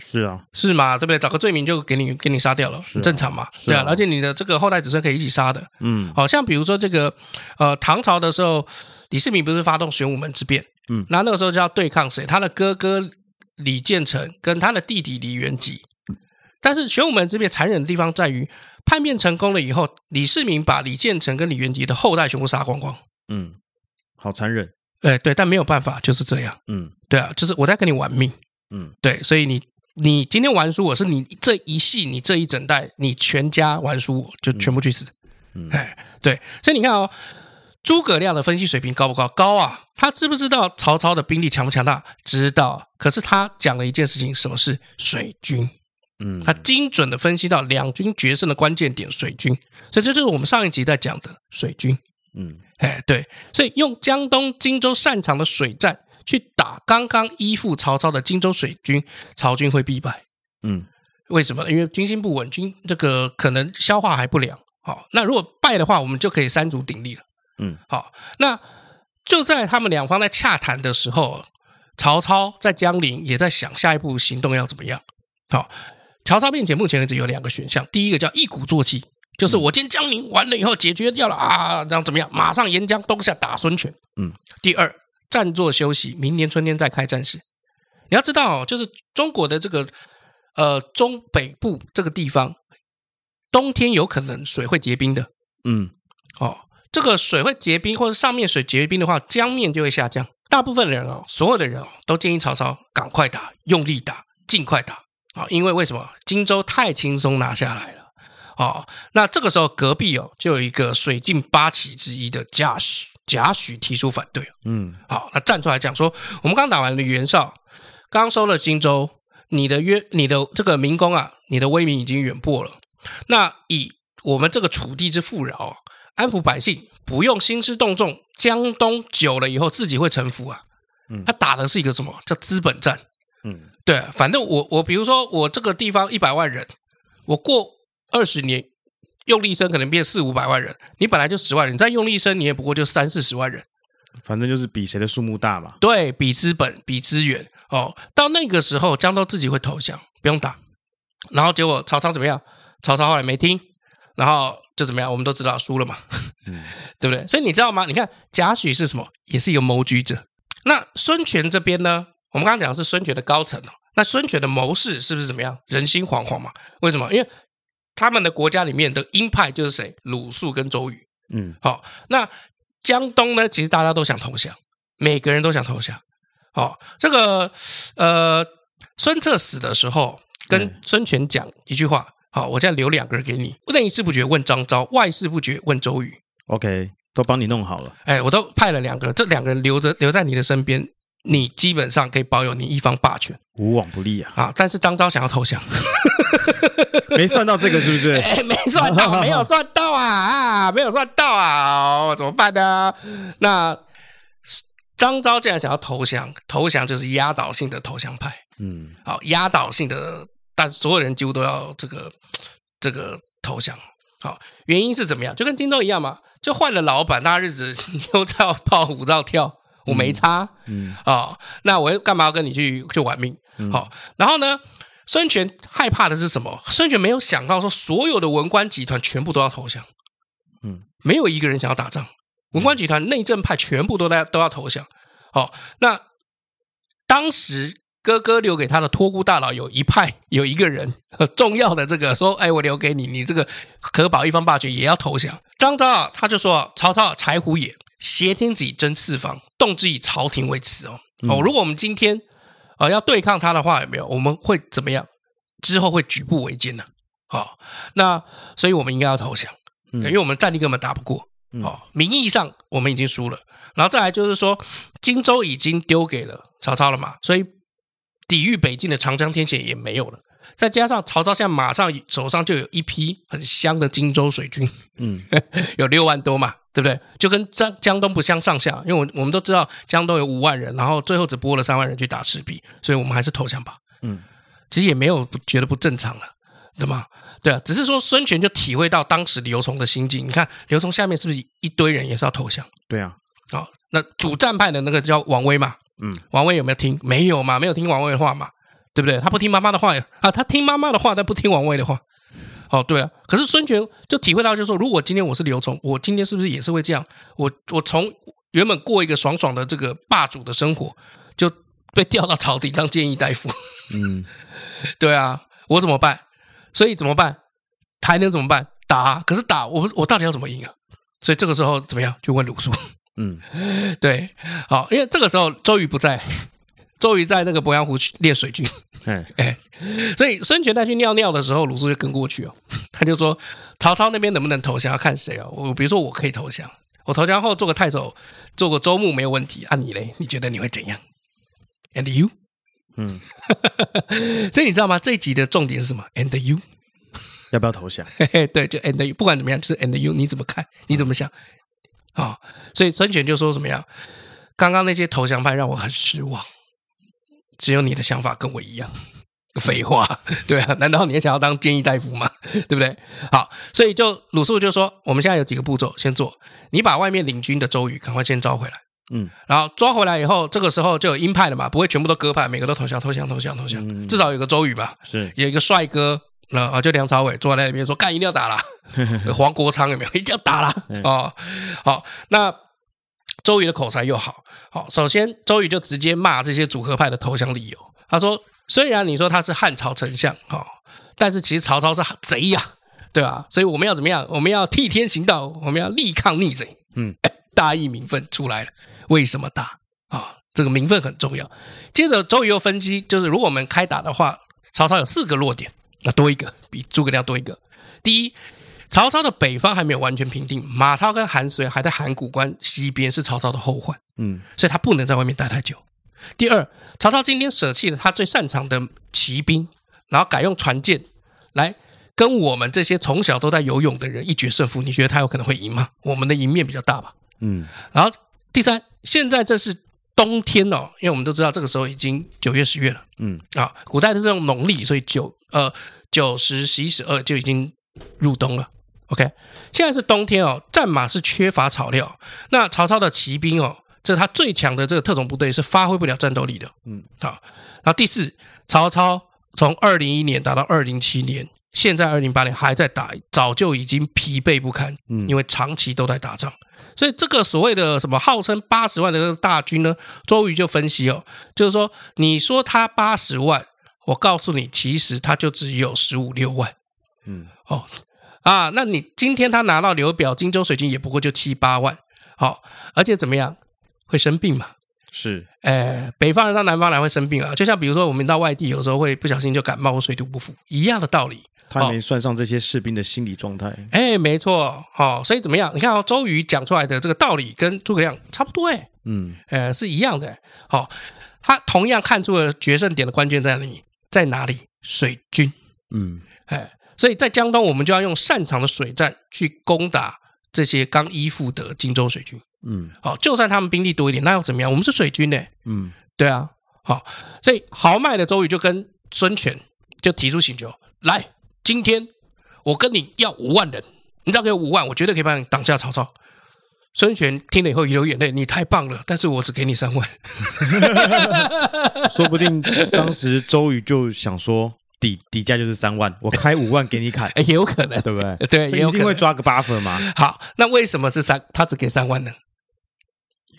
S2: 是啊，
S1: 是嘛？对不对？找个罪名就给你给你杀掉了，很正常嘛？
S2: 是
S1: 对
S2: 啊
S1: 啊，而且你的这个后代子孙可以一起杀的。
S2: 嗯
S1: 好、像比如说这个呃，唐朝的时候，李世民不是发动玄武门之变，
S2: 嗯
S1: 那那个时候就要对抗谁？他的哥哥李建成跟他的弟弟李元吉。但是玄武门之变残忍的地方在于，叛变成功了以后，李世民把李建成跟李元吉的后代全部杀光光。
S2: 嗯，好残忍，
S1: 哎，对，但没有办法，就是这样。
S2: 嗯
S1: 对啊，就是我在跟你玩命。
S2: 嗯
S1: 对，所以你你今天玩输我是你这一系，你这一整代，你全家玩输我就全部去死。哎、对，所以你看哦，诸葛亮的分析水平高不高？高啊！他知不知道曹操的兵力强不强大？知道。可是他讲了一件事情，什么是水军？
S2: 嗯
S1: 他精准的分析到两军决胜的关键点——水军。所以这就是我们上一集在讲的水军。
S2: 嗯
S1: 哎，对，所以用江东荆州擅长的水战去打刚刚依附曹操的荆州水军，曹军会必败。
S2: 嗯
S1: 为什么？因为军心不稳，军这个可能消化还不良。好、那如果败的话，我们就可以三足鼎立了。
S2: 嗯，
S1: 好、那就在他们两方在洽谈的时候，曹操在江陵也在想下一步行动要怎么样。好、曹操面前目前为止有两个选项，第一个叫一鼓作气，
S2: 嗯
S1: 就是我今天江陵完了以后解决掉了啊，这样怎么样？马上沿江东下打孙权。
S2: 嗯，
S1: 第二，暂作休息，明年春天再开战事。你要知道、哦，就是中国的这个呃中北部这个地方，冬天有可能水会结冰的
S2: 嗯
S1: 哦。这个水会结冰，或者上面水结冰的话，江面就会下降。大部分人哦，所有的人哦，都建议曹操赶快打，用力打，尽快打啊、哦因为为什么？荆州太轻松拿下来了哦。那这个时候，隔壁哦，就有一个水镜八旗之一的贾诩，贾诩提出反对。哦
S2: 嗯
S1: 好，那站出来讲说，我们刚打完了袁绍，刚收了荆州，你的约，你的这个民工啊，你的威名已经远播了。那以我们这个楚地之富饶啊，安抚百姓，不用兴师动众，江东久了以后自己会臣服啊
S2: 嗯。
S1: 他打的是一个什么叫资本战？
S2: 嗯
S1: 对，啊反正我我比如说我这个地方一百万人，我过二十年用力生可能变四五百万人，你本来就十万人，你再用力生你也不过就三四十万人。
S2: 反正就是比谁的数目大嘛。
S1: 对比资本、比资源哦。到那个时候，江东自己会投降，不用打。然后结果曹操怎么样？曹操后来没听，然后就怎么样？我们都知道输了嘛， [LAUGHS] 对不对？所以你知道吗？你看贾诩是什么？也是一个谋局者。那孙权这边呢？我们刚刚讲的是孙权的高层哦。那孙权的谋士是不是怎么样？人心惶惶嘛？为什么？因为他们的国家里面的鹰派就是谁？鲁肃跟周瑜。
S2: 嗯
S1: 好、那江东呢，其实大家都想投降，每个人都想投降。哦，这个呃，孙策死的时候跟
S2: 嗯
S1: 孙权讲一句话：好、我现在留两个人给你，内事不决问张昭，外事不决问周瑜。
S2: ，OK，都帮你弄好了。
S1: 哎，我都派了两个，这两个人留着留在你的身边，你基本上可以保有你一方霸权
S2: 无往不利啊！
S1: 啊。但是张昭想要投降，
S2: 没算到这个是不 [LAUGHS] 是？
S1: [LAUGHS] 哎，没算到，没有算到啊啊，没有算到啊，哦、怎么办呢？那张昭竟然想要投降，投降就是压倒性的投降派，
S2: 嗯
S1: 好，压倒性的，但所有人几乎都要这个这个投降。好，原因是怎么样？就跟荆州一样嘛，就换了老板，那日子 [LAUGHS] 牛照跑，虎照跳，我没差。
S2: 嗯
S1: 哦，那我又干嘛要跟你去去玩命？好、然后呢，孙权害怕的是什么？孙权没有想到说所有的文官集团全部都要投降，
S2: 嗯，
S1: 没有一个人想要打仗。文官集团内政派全部都在都要投降。哦，那当时哥哥留给他的托孤大佬有一派 [LAUGHS] 有一个人呃重要的这个说，哎，我留给你，你这个可保一方霸权也要投降。张昭啊，他就说曹操啊柴胡也，挟天子以争四方，动之以朝廷为耻哦。
S2: 嗯
S1: 哦，如果我们今天呃要对抗他的话，有没有我们会怎么样？之后会举步维艰呢、好、哦，那所以我们应该要投降，
S2: 嗯
S1: 因为我们战力根本打不过。
S2: 嗯
S1: 哦，名义上我们已经输了，然后再来就是说，荆州已经丢给了曹操了嘛，所以抵御北境的长江天险也没有了。再加上曹操现在马上手上就有一批很香的荆州水军， [LAUGHS]
S2: [LAUGHS] 嗯
S1: 有六万多嘛，对不对？就跟江江东不相上下，因为我我们都知道江东有五万人，然后最后只拨了三万人去打赤壁，所以我们还是投降吧。
S2: 嗯，
S1: 其实也没有不觉得不正常了，对吗？对啊，只是说孙权就体会到当时刘琮的心境。你看刘琮下面是不是一堆人也是要投降？
S2: 对啊，
S1: 啊、那主战派的那个叫王威嘛，
S2: 嗯，
S1: 王威有没有听？没有嘛，没有听王威的话嘛，对不对？他不听妈妈的话啊，他听妈妈的话，但不听王威的话。哦，对啊，可是孙权就体会到，就是说，如果今天我是刘琮，我今天是不是也是会这样？我我从原本过一个爽爽的这个霸主的生活，就被调到朝廷当谏议大夫。 [LAUGHS]
S2: 嗯
S1: 对啊，我怎么办？所以怎么办？还能怎么办？打啊、可是打我我到底要怎么赢啊？所以这个时候怎么样？就问鲁肃。
S2: 嗯
S1: 对，好，因为这个时候周瑜不在，周瑜在那个鄱阳湖去练水军，
S2: 哎，
S1: 哎，所以孙权在去尿尿的时候，鲁肃就跟过去哦，他就说曹操那边能不能投降要看谁哦，我比如说我可以投降，我投降后做个太守，做个州牧没有问题，按、啊、你嘞，你觉得你会怎样？And you？
S2: 嗯，
S1: [LAUGHS] 所以你知道吗？这一集的重点是什么？And you？
S2: 要不要投降？啊
S1: 嘿嘿， [LAUGHS] 对，就 and you，不管怎么样，就是 and you，你怎么看？
S2: 嗯
S1: 你怎么想？啊、所以孙权就说怎么样？刚刚那些投降派让我很失望，只有你的想法跟我一样。废话， [LAUGHS] 对啊，难道你也想要当谏议大夫吗？ [LAUGHS] 对不对？好，所以就鲁肃就说，我们现在有几个步骤，先做，你把外面领军的周瑜赶快先招回来，
S2: 嗯，
S1: 然后抓回来以后，这个时候就有鹰派了嘛，不会全部都鸽派，每个都投降，投降，投降，投降，
S2: 嗯
S1: 至少有个周瑜吧，
S2: 是，
S1: 有一个帅哥，那啊，就梁朝伟坐在那边说：“干，一定要打啦！”黄国昌有没有？一定要打啦！哦，好，那周瑜的口才又好，好，首先周瑜就直接骂这些组合派的投降理由。他说：“虽然你说他是汉朝丞相，哦，但是其实曹操是贼呀、对吧、所以我们要怎么样？我们要替天行道，我们要力抗逆贼。哎
S2: 嗯，
S1: 大义名分出来了，为什么大啊、这个名分很重要。接着周瑜又分析，就是如果我们开打的话，曹操有四个弱点，那多一个，比诸葛亮多一个。第一，曹操的北方还没有完全平定，马超跟韩遂还在函谷关西边，是曹操的后患，
S2: 嗯
S1: 所以他不能在外面待太久。第二，曹操今天舍弃了他最擅长的骑兵，然后改用船舰来跟我们这些从小都在游泳的人一决胜负。你觉得他有可能会赢吗？我们的赢面比较大吧。
S2: 嗯，
S1: 然后第三，现在正是冬天哦，因为我们都知道这个时候已经九月十月了，
S2: 嗯
S1: 啊，古代都是用农历，所以九呃九十十一十二就已经入冬了。OK，现在是冬天哦，战马是缺乏草料，那曹操的骑兵哦，这是他最强的这个特种部队是发挥不了战斗力的，
S2: 嗯，
S1: 好，然后第四，曹操从二零一年打到二零七年，现在二零八年还在打，早就已经疲惫不堪，
S2: 嗯
S1: 因为长期都在打仗，所以这个所谓的什么号称八十万的这个大军呢，周瑜就分析哦，就是说你说他八十万，我告诉你，其实他就只有十五六万
S2: 嗯
S1: 哦啊，那你今天他拿到刘表、荆州水军也不过就七八万，好、而且怎么样会生病嘛？
S2: 是，
S1: 呃，北方人到南方来会生病啊，就像比如说我们到外地，有时候会不小心就感冒或水土不服，一样的道理。
S2: 他没算上这些士兵的心理状态，
S1: 哎，没错，好、所以怎么样？你看哦，周瑜讲出来的这个道理跟诸葛亮差不多哎，
S2: 嗯
S1: 呃，是一样的哎。好、他同样看出了决胜点的关键在哪里，在哪里？水军，
S2: 嗯
S1: 哎，所以在江东，我们就要用擅长的水战去攻打这些刚依附的荆州水军。
S2: 嗯
S1: 好、就算他们兵力多一点，那又怎么样？我们是水军呢，
S2: 嗯
S1: 对啊，好、所以豪迈的周瑜就跟孙权就提出请求，来，今天我跟你要五万人，你只要给我五万，我绝对可以帮你挡下曹操。孙权听了以后一流眼泪，你太棒了，但是我只给你三万。
S2: 说不定当时周瑜就想说底底价就是三万，我开五万给
S1: [LAUGHS]
S2: 你砍，
S1: 哎也有可能，
S2: 对不对？
S1: 对，
S2: 这
S1: 也有
S2: 一
S1: 可
S2: 定会
S1: 能。
S2: 抓个 buffer 嘛，
S1: 好，那为什么是三？他只给三万呢？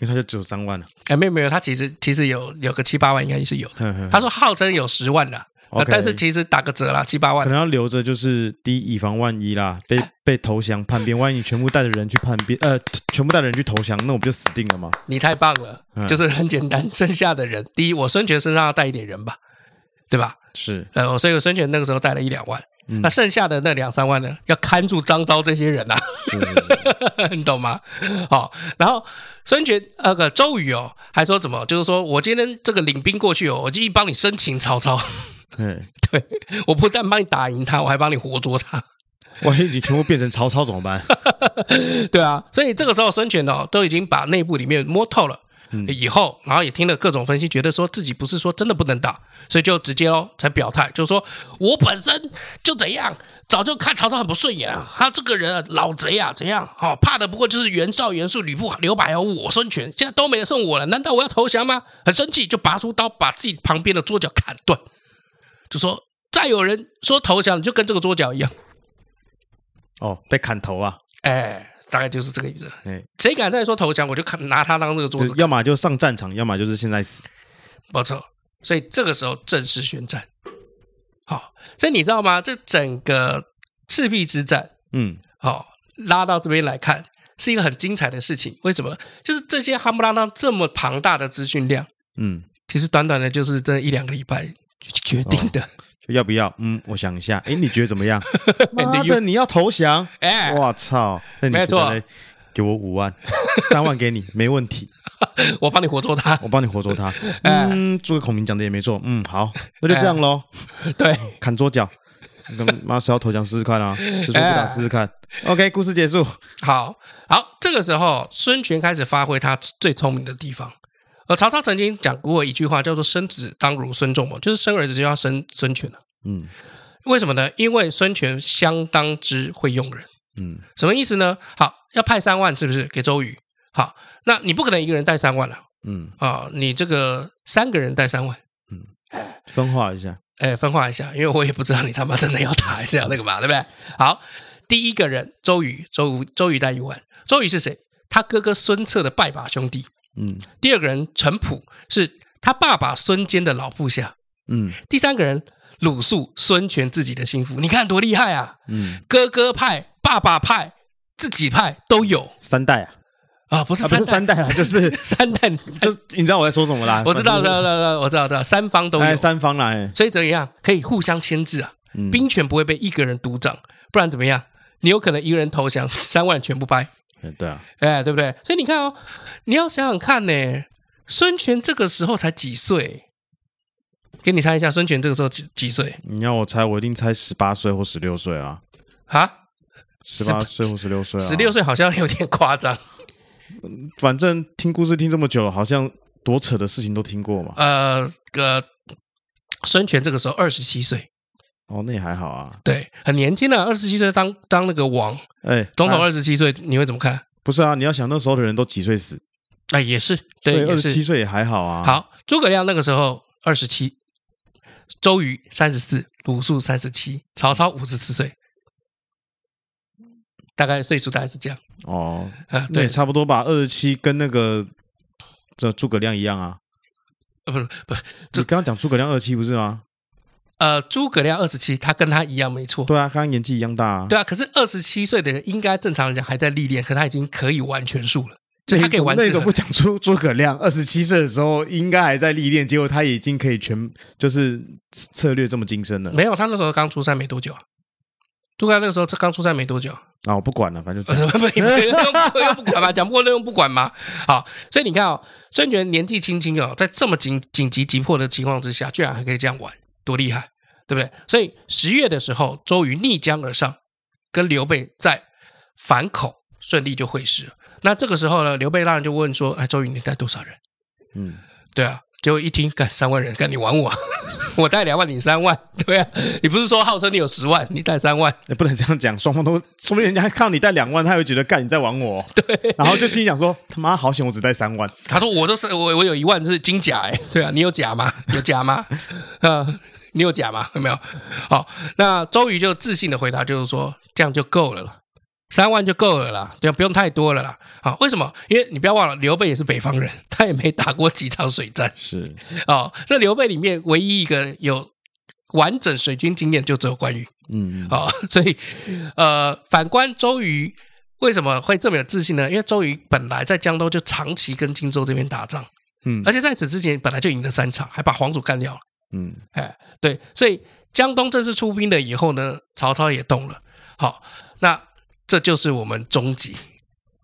S2: 因为他就只有三万啊了。
S1: 哎，没有没有，他其实其实有有个七八万，应该是有的。
S2: 哼哼
S1: 他说号称有十万的，那
S2: 嗯 OK
S1: 但是其实打个折啦，七八
S2: 可
S1: 万。
S2: 能要留着，就是第一以防万一啦，被
S1: 哎
S2: 被投降叛变，万一你全部带着人去叛变，呃，全部带着人去投降，那我不就死定了吗？
S1: 你太棒了，
S2: 嗯
S1: 就是很简单。剩下的人，第一，我孙权身上要带一点人吧，对吧？
S2: 是，
S1: 呃，所以我孙权那个时候带了一两万，
S2: 嗯
S1: 那剩下的那两三万呢，要看住张昭这些人啊，
S2: 是是
S1: [LAUGHS]
S2: [LAUGHS]
S1: 你懂吗？好、然后孙权那个、周瑜哦，还说怎么，就是说我今天这个领兵过去哦，我就一帮你生擒曹操，
S2: 嗯，
S1: 我不但帮你打赢他，我还帮你活捉他， [LAUGHS]
S2: 万一你全部变成曹操怎么办？
S1: 对啊，所以这个时候孙权哦，都已经把内部里面摸透了。以后，然后也听了各种分析，觉得说自己不是说真的不能打，所以就直接哦才表态，就是说我本身就怎样，早就看曹操很不顺眼啊，他这个人啊老贼啊，怎样哦，怕的不过就是袁绍、袁术、吕布、刘百和我孙权，现在都没人剩我了，难道我要投降吗？很生气，就拔出刀把自己旁边的桌角砍断，就说再有人说投降，你就跟这个桌角一样，
S2: 哦，被砍头啊！
S1: 哎，大概就是这个意思。
S2: 哎，
S1: 谁敢再说投降，我就看拿他当这个桌
S2: 就
S1: 子
S2: 是，要么就上战场，要么就是现在死。
S1: 没错。所以这个时候正式宣战。好，所以你知道吗？这整个赤壁之战，
S2: 嗯，
S1: 好、拉到这边来看，是一个很精彩的事情。为什么呢？就是这些哈姆拉当这么庞大的资讯量，
S2: 嗯，
S1: 其其实短短的就是这一两个礼拜决定的。
S2: 就要不要？嗯，我想一下。哎，你觉得怎么
S1: [LAUGHS]
S2: 样？妈
S1: 你又
S2: 的，你要投降？
S1: 哎
S2: 我操！那你
S1: 没错
S2: 不然嘞，给我五万，三万给你，没问题，
S1: 我帮你活捉他，
S2: 我帮你活捉他。
S1: 哎
S2: 嗯，诸葛孔明讲的也没错。嗯，好，那就这样喽，
S1: 对，
S2: 砍桌脚。那妈谁要投降试试看啊？吃醋不
S1: 哎
S2: 打试试看。OK，故事结束。
S1: 好好，这个时候孙权开始发挥他最聪明的地方。而曹操曾经讲过一句话，叫做“生子当如孙仲谋”，就是生儿子就要生孙权了。
S2: 嗯
S1: 为什么呢？因为孙权相当之会用人。
S2: 嗯，
S1: 什么意思呢？好，要派三万是不是给周瑜？好，那你不可能一个人带三万了
S2: 嗯，
S1: 啊、你这个三个人带三万，
S2: 分化一下。
S1: 哎，分化一下，因为我也不知道你他妈真的要打还是要那个嘛，对不对？好，第一个人周瑜，周瑜周瑜带一万，周瑜是谁？他哥哥孙策的拜把兄弟。
S2: 嗯
S1: 第二个人陈普是他爸爸孙坚的老部下。
S2: 嗯
S1: 第三个人鲁肃，孙权自己的心腹。你看多厉害啊！
S2: 嗯，
S1: 哥哥派、爸爸派、自己派都有
S2: 三代啊，
S1: 啊，不是
S2: 啊不
S1: 三
S2: 是三啊代啊，就是
S1: 三代，
S2: 就是你知道我在说什么啦？
S1: 我知道，
S2: 反
S1: 知
S2: 正
S1: 道，知道，我知道，知道，三方都
S2: 哎，
S1: 有。
S2: 三方啦，哎
S1: 所以怎样可以互相牵制啊？
S2: 嗯
S1: 兵权不会被一个人独掌，不然怎么样？你有可能一个人投降，三万全部掰，
S2: 哎对啊，
S1: 哎，对不对？所以你看哦，你要想想看呢，孙权这个时候才几岁？给你猜一下，孙权这个时候几几岁
S2: 你要我猜，我一定猜十八岁或十六岁啊，
S1: 啊？
S2: 十八岁或十六岁啊，
S1: 十六。岁好像有点夸张，
S2: 反正听故事听这么久了，好像多扯的事情都听过嘛。
S1: 呃，呃，孙权这个时候二十七岁，
S2: 哦，那也还好啊。
S1: 对，很年轻的，二十七岁当当那个王，
S2: 哎，
S1: 总统
S2: 啊
S1: 二十七岁，你会怎么看？
S2: 不是啊，你要想那时候的人都几岁死，
S1: 啊，也是，对，
S2: 哎所以
S1: 也
S2: 二十七
S1: 是。
S2: 岁也还好啊。，
S1: 好，诸葛亮那个时候二十七，周瑜三十四，鲁肃三十七，曹操五十四岁，大概岁数大概是这样
S2: 哦，
S1: 啊。
S2: 那
S1: 对
S2: 也，差不多吧。二十七跟那个这诸葛亮一样啊。
S1: 呃，不是不是，
S2: 你刚刚讲诸葛亮二七不是吗？
S1: 呃，诸葛亮二十七，他跟他一样没错。
S2: 对啊，刚刚年纪一样大啊。
S1: 对啊，可是二十七岁的人应该正常来讲还在历练，可他已经可以玩全术了，就
S2: 那
S1: 他
S2: 你
S1: 可以
S2: 怎么
S1: 玩
S2: 那
S1: 这
S2: 种不
S1: 个。
S2: 讲出诸葛亮二十七岁的时候应该还在历练，结果他已经可以全就是策略这么精深了。
S1: 没有，他那时候刚出山没多久啊。诸葛亮那个时候刚出山没多久啊，
S2: 啊，我不管了，反 [LAUGHS] 正就
S1: 呃
S2: 这样
S1: 什么没没用不用不管嘛，讲不过那用不管嘛。好，所以你看哦，孙权年纪轻轻哦，在这么紧紧急急迫的情况之下，居然还可以这样玩，多厉害，对不对？所以十月的时候，周瑜逆江而上，跟刘备在樊口顺利就会师了。那这个时候呢，刘备当然就问说：“哎，周瑜，你带多少人
S2: 嗯，？”
S1: 对啊，结果一听，干三万人，干你玩我啊， [LAUGHS] 我带两万，你三万，对啊，你不是说号称你有十万，你带三万，
S2: 也不能这样讲，双方都，说不定人家看到你带两万，他会觉得干你在玩我，对，然后就心里想说他妈好险，我只带三万，
S1: 他说我这是我我有一万是金甲哎、 [LAUGHS] 对啊，你有甲吗？有甲吗？ [LAUGHS] 呃，你有甲吗？有没有？好，那周瑜就自信的回答就是说，这样就够了啦，三万就够了啦，对啊，不用太多了啦。好，为什么？因为你不要忘了，刘备也是北方人， [LAUGHS] 他也没打过几场水战
S2: 是
S1: 哦。这刘备里面唯一一个有完整水军经验就只有关羽
S2: 嗯，
S1: 哦， [LAUGHS] 所以呃，反观周瑜。为什么会这么有自信呢？因为周瑜本来在江都就长期跟荆州这边打仗，
S2: 嗯
S1: 而且在此之前本来就赢了三场，还把黄祖干掉了。
S2: 嗯，
S1: 哎，对，所以江东正式出兵了以后呢，曹操也动了。好，那这就是我们终极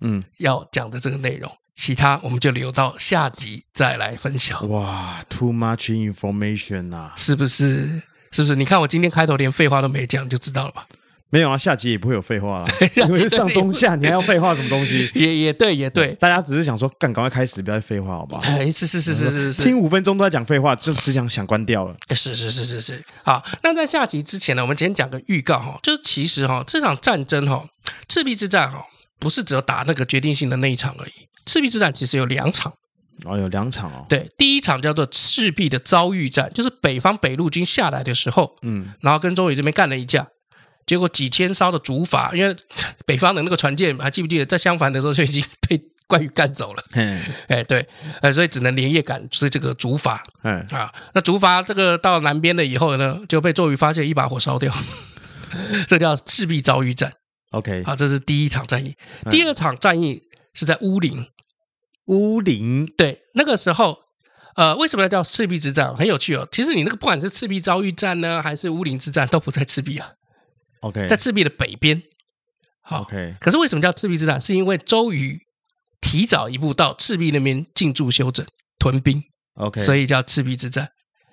S2: 嗯，
S1: 要讲的这个内容，其他我们就留到下集再来分享，
S2: 哇，too much information 啊，
S1: 是不是？是不是？你看我今天开头连废话都没讲，就知道了吧？
S2: 没有啊，下集也不会有废话了，因为是上中下你还要废话什么东西？
S1: 也也对，也 [LAUGHS] 对。
S2: 大家只是想说干，赶快开始，不要再废话，好不好？
S1: 哎，是是是是是是，
S2: 听五分钟都在讲废话，就只想想关掉了。
S1: 是是是是是，好，那在下集之前呢，我们先讲个预告哈，就是其实哈，这场战争哈，赤壁之战哈，不是只有打那个决定性的那一场而已。赤壁之战其实有两场，
S2: 哦，有两场哦，
S1: 对，第一场叫做赤壁的遭遇战，就是北方北路军下来的时候，
S2: 嗯
S1: 然后跟周瑜这边干了一架，结果几千艘的竹筏，因为 [LAUGHS] 北方的那个船舰还记不记得，在襄樊的时候就已经 [LAUGHS] 被关羽干走了，
S2: 嘿，
S1: 哎，对，呃，所以只能连夜赶追这个竹筏，
S2: 哎，
S1: 啊，那竹筏这个到南边了以后呢，就被周瑜发现，一把火烧掉， [LAUGHS] 这叫赤壁遭遇战
S2: OK，
S1: 啊，这是第一场战役。第二场战役是在乌林，
S2: 乌林，
S1: 对，那个时候呃，为什么要叫赤壁之战？很有趣哦。其实你那个不管是赤壁遭遇战呢，还是乌林之战，都不在赤壁啊，
S2: OK
S1: 在赤壁的北边。好
S2: OK
S1: 可是为什么叫赤壁之战？是因为周瑜提早一步到赤壁那边进驻休整、屯兵，
S2: OK，
S1: [LAUGHS] 所
S2: 以
S1: 以叫赤壁之战。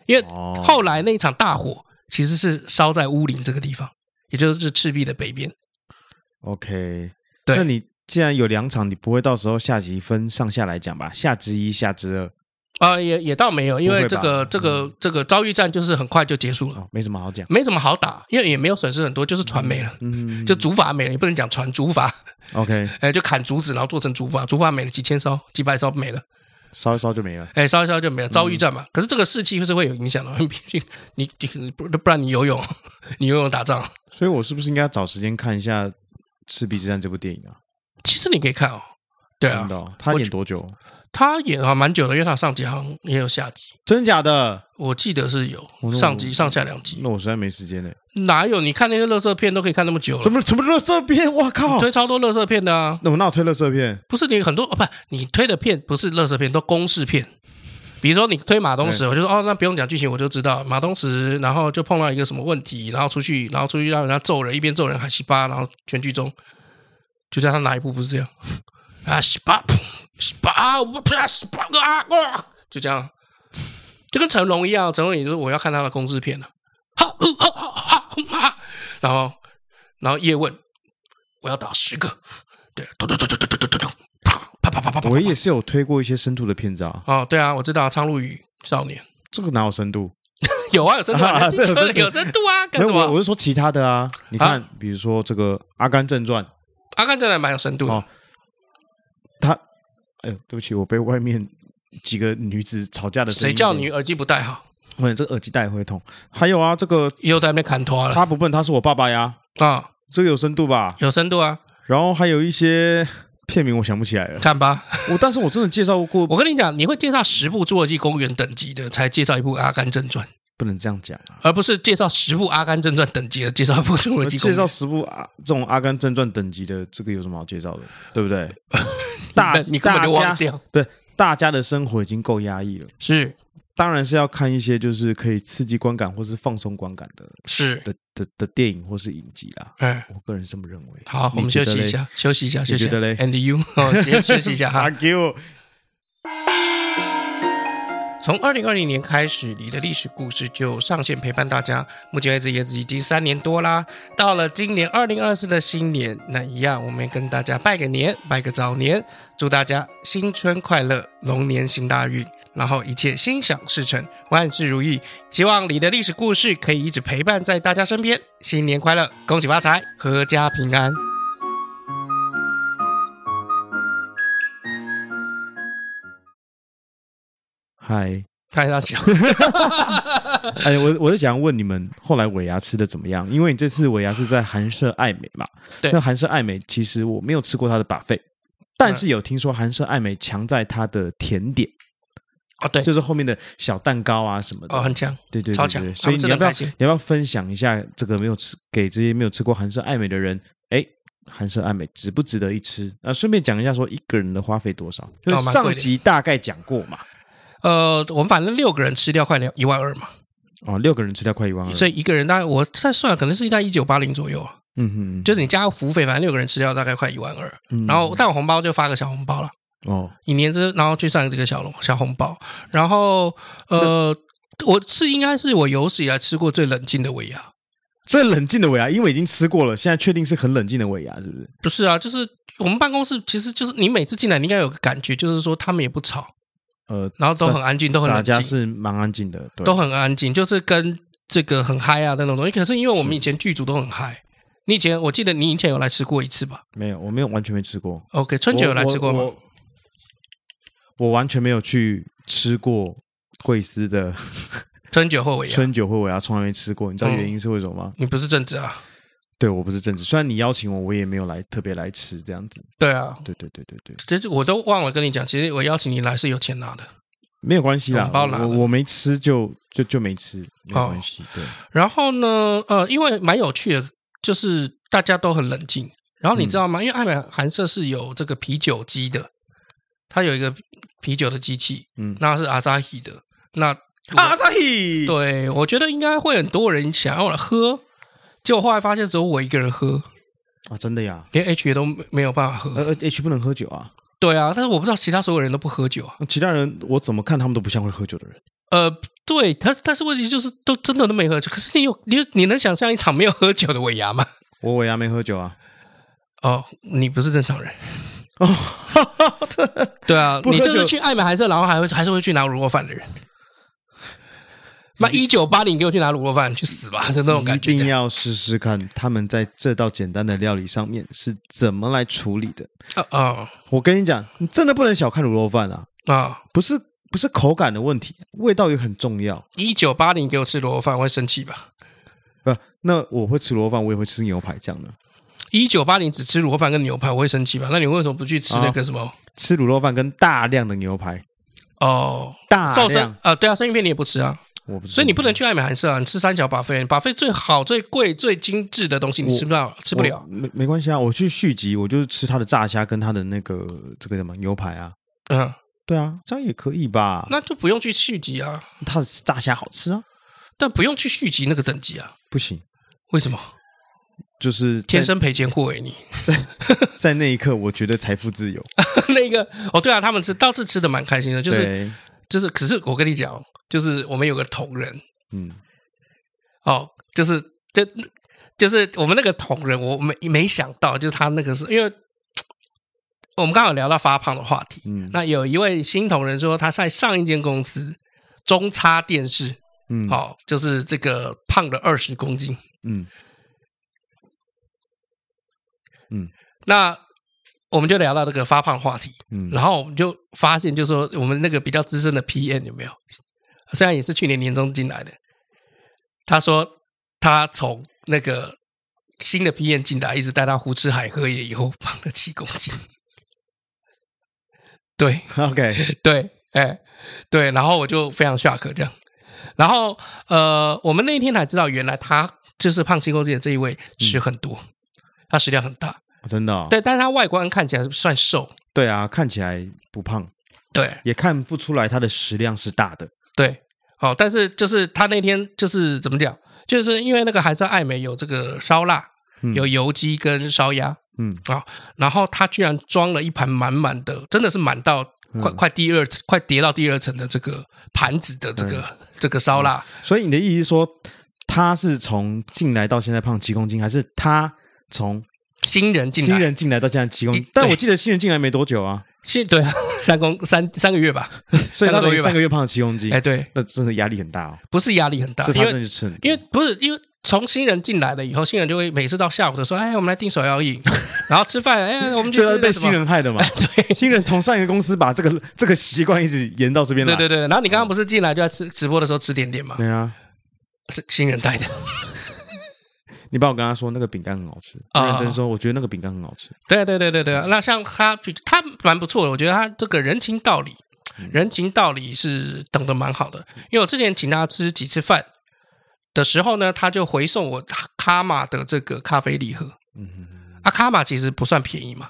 S1: 因为
S2: 哦
S1: 后来那一场大火其实是烧在乌林这个地方，也就是赤壁的北边。
S2: OK，
S1: 对
S2: 那你既然有两场，你不会到时候下集分上下来讲吧？下之一，下之二，
S1: 啊、也也倒没有，因
S2: 不
S1: 为
S2: 会
S1: 这
S2: 吧嗯
S1: 个这个这个遭遇战就是很快就结束了，
S2: 哦，没什么好讲。
S1: 没什么好打，因为也没有损失很多，就是船没了，
S2: 嗯
S1: 就竹筏没了，也不能讲船，竹筏， [LAUGHS]
S2: OK，
S1: 哎，就砍竹子然后做成竹筏，竹筏没了几千艘、几百艘没了，
S2: 烧一烧就没了。
S1: 哎，烧一烧就没了，遭遇战
S2: 嗯
S1: 嘛。可是这个士气是会有影响的， [LAUGHS] 毕竟你你不不然你游泳， [LAUGHS] 你游泳打仗，
S2: 所以我是不是应该找时间看一下《赤壁之战》这部电影啊？
S1: 其实你可以看哦，对啊
S2: 真，的哦、他演多久？
S1: 他演啊蛮久的，因为他上集好像也有下集，
S2: 真假的？
S1: 我记得是有
S2: 我
S1: 上集上下两集，
S2: 那我实在没时间嘞。
S1: 哪有你看那些乐色片都可以看那么久了？
S2: [LAUGHS] 怎么怎么乐色片？我靠！
S1: 推超多乐色片的啊！
S2: 那我那我推乐色片，
S1: 不是你很多哦，不，你推的片不是乐色片，都公式片。比如说你推马东石，我就说哦，那不用讲剧情，我就知道马东石，然后就碰到一个什么问题，然后出去，然后出去让人家揍人，一边揍人还西巴，然后全剧终。就像他哪一部不是这样 [LAUGHS] 啊？西巴，噗西巴，我啪西巴啊啊！就这样，就跟成龙一样，成龙也就是我要看他的公式片了。哈呜哈哈哈哈哈！ [LAUGHS] 然后，然后叶问，我要打十个，对，突突突突突突突突，啪啪啪啪啪啪。
S2: 我也是有推过一些深度的片子啊。
S1: 哦，对啊，我知道《苍鹭与少年
S2: 这个哪有深度？》
S1: 有啊，有深度啊，
S2: [LAUGHS] 啊这有深度
S1: 有深度啊，干
S2: 没
S1: 什
S2: 有，我我
S1: 么？
S2: 是说其他的啊。你看，比如说这个《阿甘正传》，
S1: 阿甘真的蛮有深度的
S2: 哦，他，哎呦，对不起，我被外面几个女子吵架的声音
S1: 谁叫
S2: 影
S1: 你耳机不戴好，
S2: 响？我这个耳机戴会痛。还有啊，这个
S1: 又在那边砍拖了
S2: 他不笨，他是我爸爸呀，
S1: 啊？
S2: 这个有深度吧？
S1: 有深度啊，
S2: 然后还有一些片名我想不起来了，
S1: 看吧。
S2: 我但是我真的介绍过，
S1: 我跟你讲，你会介绍十部《侏罗纪公园》等级的，才介绍一部《阿甘正传》，
S2: 不能这样讲啊。
S1: 而不是介绍十部《阿甘正传》等级的介绍一部《侏罗纪公
S2: [LAUGHS]
S1: 园》。
S2: 介绍十部啊，这种《阿甘正传》等级的，这个有什么好介绍的？对不对？大
S1: [LAUGHS] 你根本就忘
S2: 大家
S1: 掉，
S2: 不是大家的生活已经够压抑了，
S1: 是
S2: 当然是要看一些就是可以刺激观感或是放松观感的
S1: 是，
S2: 的的的电影或是影集啦。
S1: 嗯。
S2: 我个人是这么认为。
S1: 好，我们
S2: 你觉
S1: 休
S2: 得
S1: 息一
S2: 嘞。
S1: 下，休息一下，休息一下。
S2: 觉得嘞
S1: And you，哦，
S2: [LAUGHS]
S1: 先休息一 [LAUGHS] 下哈
S2: 阿。Q，
S1: 从二零二零年开始，你的历史故事就上线陪伴大家。目前为止也已经三年多啦。到了今年二零二四的新年，那一样我们也跟大家拜个年，拜个早年，祝大家新春快乐，龙年行大运，然后一切心想事成，万事如意。希望你的历史故事可以一直陪伴在大家身边。新年快乐，恭喜发财，阖家平安。
S2: 嗨，
S1: 看一下小，
S2: 哎，我我是想问你们，后来尾牙吃的怎么样？因为你这次尾牙是在韩舍爱美嘛，
S1: 对
S2: 那韩舍爱美其实我没有吃过它的把费，但是有听说韩舍爱美强在它的甜点，
S1: 哦，对，
S2: 就是后面的小蛋糕啊什么的，
S1: 哦，很强，
S2: 对对
S1: 超
S2: 对
S1: 强
S2: 对，
S1: 他
S2: 所
S1: 们
S2: 以你
S1: 真的很
S2: 要不要
S1: 开
S2: 你
S1: 心。
S2: 要不要分享一下这个没有吃给这些没有吃过韩式爱美的人？哎，韩式爱美值不值得一吃？啊，顺便讲一下说一个人的花费多少？就
S1: 哦
S2: 是
S1: 蛮贵
S2: 上
S1: 的
S2: 集大概讲过嘛，
S1: 呃，我们反正六个人吃掉快两一万二嘛。
S2: 哦，六个人吃掉快一万二，
S1: 所以一个人大概我再算，可能是在一九八零左右啊，
S2: 嗯哼，
S1: 就是你加服务费，反正六个人吃掉大概快一万二。
S2: 嗯
S1: 然后但我红包就发个小红包了，
S2: 哦，
S1: 一年之然后去算这个小龙小红包，然后呃，我是应该是我有史以来吃过最冷静的尾牙，
S2: 最冷静的尾牙，因为已经吃过了，现在确定是很冷静的尾牙，是不是？
S1: 不是啊，就是我们办公室其实就是你每次进来，你应该有个感觉，就是说他们也不吵，
S2: 呃，
S1: 然后都很安静，都很
S2: 大
S1: 冷
S2: 家
S1: 静，
S2: 是蛮安静的，对
S1: 都很安静，就是跟这个很嗨啊那种东西。可是因为我们以前剧组都很嗨，你以前我记得你以前有来吃过一次吧
S2: 没有，我没有完全没吃过，
S1: ？OK，春姐有来吃过吗
S2: 我？？我我我完全没有去吃过贵司的
S1: 春酒或尾牙，
S2: 春酒会尾牙从来没吃过，你知道
S1: 嗯
S2: 原因是为什么吗？
S1: 你不是正职啊？
S2: 对我不是正职，虽然你邀请我，我也没有来特别来吃这样子。
S1: 对啊，
S2: 对对对对对，
S1: 其实我都忘了跟你讲，其实我邀请你来是有钱拿的。
S2: 没有关系啦
S1: 红，包拿了哦
S2: 我我没吃就就就没吃，没有关系。对，
S1: 然后呢，呃，因为蛮有趣的，就是大家都很冷
S2: 嗯
S1: 静。然后你知道吗？因为爱美韩舍是有这个啤酒机的，它有一个啤酒的机器，
S2: 嗯啊
S1: 那是阿萨希的。那我
S2: 阿萨希，
S1: 对我觉得应该会很多人想要来喝，结果后来发现只有我一个人喝，
S2: 啊，真的呀，呃
S1: 连 H 也都没没有办法喝。
S2: 而而 H 不能喝酒啊，
S1: 对啊，但是我不知道其他所有人都不喝酒啊。
S2: 那其他人我怎么看他们都不像会喝酒的人。
S1: 呃，对他，但是问题就是都真的都没喝酒。可是你有你有你能想象一场没有喝酒的尾牙吗？
S2: 我尾牙没喝酒啊，
S1: 哦，你不是正常人。
S2: [LAUGHS]
S1: 哦，对啊，
S2: 不喝
S1: 你就
S2: 酒
S1: 是去爱美还是然后还会还是会去拿卤肉饭的人。妈，一九八零给我去拿卤肉饭，去死吧！就那种
S2: 一
S1: 感觉。
S2: 定要试试看他们在这道简单的料理上面是怎么来处理的。
S1: 啊啊
S2: 我跟你讲，你真的不能小看卤肉饭啊，
S1: 啊！
S2: 不是不是口感的问题，味道也很重要。
S1: 一九八零给我吃卤肉饭，我会生气吧？
S2: 不，呃那我会吃卤肉饭，我也会吃牛排这样的。
S1: 一九八零只吃卤肉饭跟牛排，我会生气吧？那你为什么不去吃
S2: 哦
S1: 那个什么？
S2: 吃卤肉饭跟大量的牛排，
S1: 哦，
S2: 大
S1: 瘦身
S2: 量
S1: 啊、呃对啊，生鱼片你也不吃啊，
S2: 我不知道，
S1: 所以你不能去爱美韩舍啊，你吃三角把费，把费最好、最贵、最精致的东西，你吃不到，吃不
S2: 我
S1: 了。
S2: 没没关系啊，我去续集，我就是吃他的炸虾跟他的那个这个什么牛排啊。
S1: 嗯，
S2: 对啊，这样也可以吧？
S1: 那就不用去续集啊，
S2: 他的炸虾好吃啊？
S1: 但不用去续集那个等级啊。
S2: 不行，
S1: 为什么？
S2: 就是在
S1: 天生赔钱货诶，你 [LAUGHS]
S2: 在那一刻，我觉得财富自由。
S1: 那个哦，对啊，他们吃倒是吃的蛮开心的，就是
S2: 对，
S1: 就是，可是我跟你讲哦，就是我们有个同仁
S2: 嗯，
S1: 哦，就是就就是我们那个同仁，我没没想到，就是他那个是因为我们刚好聊到发胖的话题，
S2: 嗯
S1: 那有一位新同仁说他在上一间公司中差电视，
S2: 嗯，，
S1: 哦，就是这个胖了二十公斤，
S2: 嗯嗯
S1: 那我们就聊到这个发胖话题，
S2: 嗯，
S1: 然后我们就发现，就是说我们那个比较资深的 PM 有没有？虽然也是去年年中进来的，他说他从那个新的 PM 进来，一直带他胡吃海喝也以后胖了七公斤。 [LAUGHS] 对 [LAUGHS]
S2: OK，
S1: 对，哎对，然后我就非常 shock 这样。然后呃，我们那一天才知道，原来他就是胖七公斤的这一位吃很多，他食量很大，
S2: 真的哦、
S1: 对，但是他外观看起来是算瘦，
S2: 对啊，看起来不胖，
S1: 对，
S2: 也看不出来他的食量是大的。
S1: 对，好、但是就是他那天就是怎么讲，就是因为那个还在爱美有这个烧腊，
S2: 嗯
S1: 有油鸡跟烧鸭
S2: 嗯
S1: 啊、然后他居然装了一盘满满的，真的是满到
S2: 嗯
S1: 快、快第二快叠到第二层的这个盘子的这个、这个烧腊，
S2: 所以你的意思是说，他是从进来到现在胖七公斤，还是他从
S1: 新人进来，
S2: 新人进来到现在七公斤
S1: 一？
S2: 但
S1: 对
S2: 我记得新人进来没多久
S1: [LAUGHS]
S2: 啊，
S1: 新对啊三公三三个月吧，
S2: 所以他等
S1: 三个多
S2: 于
S1: 月吧
S2: 三个月胖了七公斤
S1: 哎、，对，
S2: 那真的压力很大哦。
S1: 不是压力很大，
S2: 是
S1: 因
S2: 他
S1: 为
S2: 真的去吃很多，
S1: 因为不是因为从新人进来了以后，新人就会每次到下午的时候，哎，我们来订手摇饮， [LAUGHS] 然后吃饭，哎，我们去
S2: 这
S1: 吃
S2: 是被
S1: 那什么
S2: 新人害的嘛？
S1: [LAUGHS] 对。
S2: 新人从上一个公司把这个这个习惯一直延到这边来，
S1: 对对对，然后你刚刚不是进来就在吃直播的时候吃点点吗？
S2: 对啊！
S1: 是新人带的，
S2: 你帮我跟他说那个饼干很好吃，
S1: 啊
S2: 认真说，我觉得那个饼干很好吃。
S1: [LAUGHS] 对对对对对。那像他，他蛮不错的，我觉得他这个人情道理，人情道理是懂得蛮好的。因为我之前请他吃几次饭的时候呢，他就回送我卡玛的这个咖啡礼盒。啊，卡玛其实不算便宜嘛，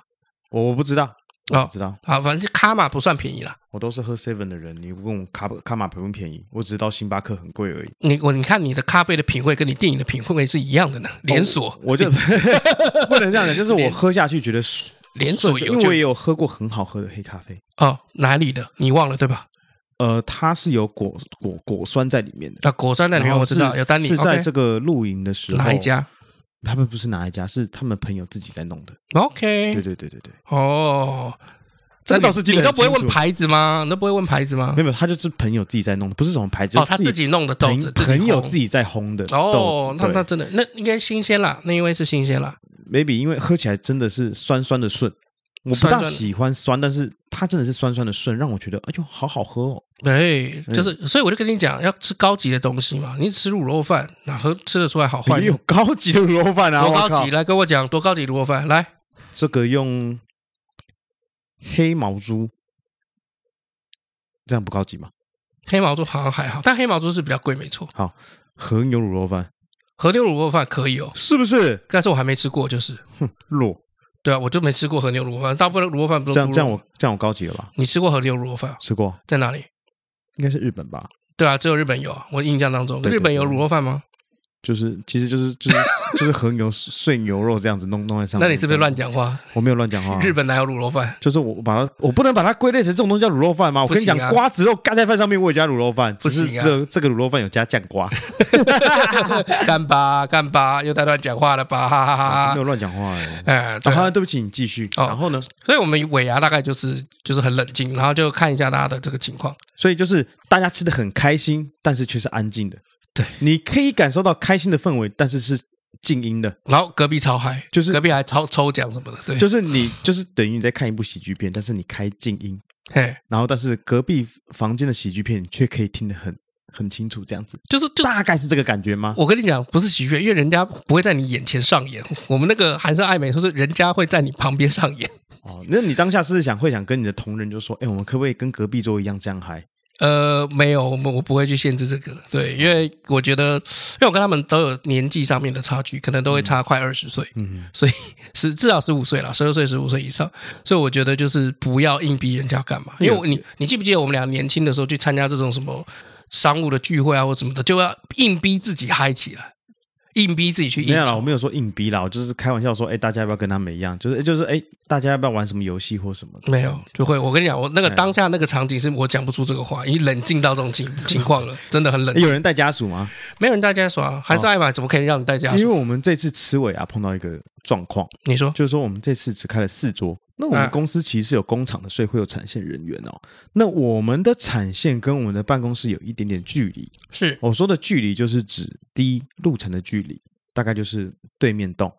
S2: 我我不知道，我
S1: 哦
S2: 不知道，
S1: 啊，反正卡玛不算便宜啦。
S2: 我都是喝 seven 的人，你问我卡卡玛便不便宜，我只知道星巴克很贵而已。
S1: 你我你看你的咖啡的品味跟你电影的品味是一样的呢，连锁、
S2: 我就 [LAUGHS] 不能这样讲，就是我喝下去觉得顺
S1: 连锁有
S2: 因为
S1: 就
S2: 我也有喝过很好喝的黑咖啡，
S1: 哦，哪里的你忘了对吧？
S2: 呃，它是有果果果酸在里面的。
S1: 啊，果酸的里面
S2: 然后
S1: 我知道
S2: 是
S1: 有丹尼，
S2: 是在
S1: OK
S2: 这个露营的时候，
S1: 哪一？家
S2: 他们不是哪一家，是他们朋友自己在弄的。
S1: ？OK，
S2: 对对对对对，
S1: 哦，
S2: 这
S1: 你
S2: 倒是记
S1: 你
S2: 得
S1: 都
S2: 很
S1: 不会问
S2: 清楚
S1: 牌子吗？你都不会问牌子吗
S2: 没？有，没有他就是朋友自己在弄的，不是什么牌子，
S1: 哦
S2: 就，
S1: 他自己弄的豆
S2: 朋
S1: 子，
S2: 朋友
S1: 烘
S2: 自己在烘的
S1: 哦
S2: 豆，子
S1: 那那
S2: 对
S1: 真的那应该新鲜啦，那因为是新鲜啦。
S2: maybe 因为喝起来真的是酸酸的顺，我不
S1: 酸
S2: 大
S1: 酸的
S2: 喜欢酸，但是它真的是酸酸的顺，让我觉得哎呦好好喝
S1: [LAUGHS]
S2: 哦。
S1: 对，哎就是，所以我就跟你讲，要吃高级的东西嘛。你吃卤肉饭，哪喝吃得出来好坏
S2: 也？有哎高级的卤肉饭啊，
S1: 多
S2: 我
S1: 高
S2: 靠
S1: 级？，来跟我讲，多高级卤肉饭？来，
S2: 这个用黑毛猪，这样不高级吗？
S1: 黑毛猪好像还好，但黑毛猪是比较贵，没错。
S2: 和牛卤肉饭
S1: 和牛卤肉饭可以哦，
S2: 是不是
S1: 但是我还没吃过，就是
S2: 弱？
S1: 对啊，我就没吃过和牛卤肉饭，大部分的卤肉饭不都
S2: 这
S1: 猪
S2: 样
S1: 肉
S2: 这样我这样我高级了吧？
S1: 你吃过和牛卤肉饭
S2: 吃过，
S1: 在哪里？
S2: 应该是日本吧？
S1: 对啊，只有日本有啊，我印象当中，
S2: 对对
S1: 日本有卤肉饭吗？
S2: 就是其实就是就是就是和牛 [LAUGHS] 碎牛肉这样子弄弄在上
S1: 那
S2: 面。
S1: 你是不是乱？讲话？
S2: 我没有乱讲话。
S1: [LAUGHS]
S2: 啊
S1: 日本哪有卤肉饭？
S2: 就是我把它，我不能把它归类成这种东西叫卤肉饭吗？我跟你讲
S1: 不行，啊
S2: 瓜子肉盖在饭上面，我也加卤肉饭，只
S1: 不行
S2: 是
S1: 啊
S2: 这这个卤肉饭有加酱瓜，
S1: [LAUGHS] 干吧干吧，又在乱讲话了吧？哈哈
S2: 我
S1: 哈
S2: 没
S1: 哈。
S2: 有乱讲话哎。
S1: 哎，啊 [LAUGHS] 对
S2: 然
S1: 啊、
S2: 后对不起，你继续。
S1: 哦
S2: 然后呢？
S1: 所以我们尾牙大概就是就是很冷静，然后就看一下大家的这个情况。
S2: 所以就是大家吃的很开心，但是却是安静的。
S1: 对，
S2: 你可以感受到开心的氛围，但是是静音的。
S1: 然后隔壁超嗨，
S2: 就是
S1: 隔壁还抽抽奖什么的，对，
S2: 就是你就是等于你在看一部喜剧片，但是你开静音，
S1: 嘿，
S2: 然后但是隔壁房间的喜剧片你却可以听得很很清楚，这样子
S1: 就是就
S2: 大概是这个感觉吗？
S1: 我跟你讲，不是喜剧，因为人家不会在你眼前上演。我们那个韩式爱美说是人家会在你旁边上演。
S2: 哦，那你当下是想会想跟你的同仁就说，哎，我们可不可以跟隔壁桌一样这样嗨？
S1: 呃，没有，我们我不会去限制这个，对，因为我觉得，因为我跟他们都有年纪上面的差距，可能都会差快二十岁，
S2: 嗯，
S1: 所以是至少十五岁了，十二岁、十五岁以上，所以我觉得就是不要硬逼人家干嘛，因为我你你记不记得我们俩年轻的时候去参加这种什么商务的聚会啊或什么的，就要硬逼自己嗨起来，硬逼自己去
S2: 没
S1: 应
S2: 有啦，我
S1: 酬，
S2: 没有说硬逼啦，我就是开玩笑说，哎，大家要不要跟他们一样？就是哎就是哎，大家要不要玩什么游戏或什么的？
S1: 没有就会，我跟你讲，我那个
S2: 哎
S1: 当下那个场景是我讲不出这个话，已经冷静到这种
S2: [LAUGHS]
S1: 情情况了，真的很冷
S2: 哎，，哦有人带家属吗？
S1: 没有人带家属啊，还是艾玛怎么可以让你带家
S2: 因为
S1: 属？
S2: 我们这次吃尾啊碰到一个状况，
S1: 你说。
S2: 就是说我们这次只开了四桌。那我们
S1: 嗯
S2: 公司其实是有工厂的，所以会有产线人员哦。那我们的产线跟我们的办公室有一点点距离。
S1: 是
S2: 我说的距离就是指第一路程的距离，大概就是对面栋；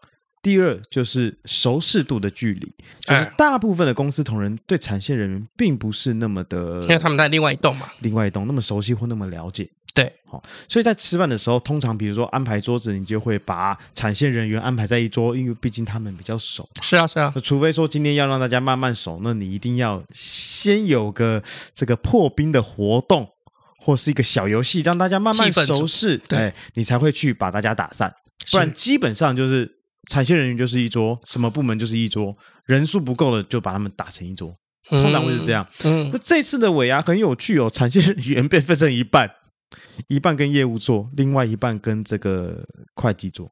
S2: 第二就是熟视度的距离，就是
S1: 哎
S2: 大部分的公司同仁对产线人员并不是那么的
S1: 因为他们在另外一栋嘛。
S2: 另外一栋那么熟悉或那么了解。
S1: 对，
S2: 所以在吃饭的时候，通常比如说安排桌子，你就会把产线人员安排在一桌，因为毕竟他们比较熟。
S1: 是啊，是啊，
S2: 那除非说今天要让大家慢慢熟，那你一定要先有个这个破冰的活动，或是一个小游戏，让大家慢慢
S1: 气氛组
S2: 熟识，
S1: 对
S2: 哎，你才会去把大家打散。不然
S1: 是
S2: 基本上就是产线人员就是一桌，什么部门就是一桌，人数不够了就把他们打成一桌，通常会是这。样。
S1: 嗯，
S2: 那
S1: 嗯
S2: 这次的尾牙很有趣哦，产线人员被分成一半，一半跟业务做，另外一半跟这个会计做。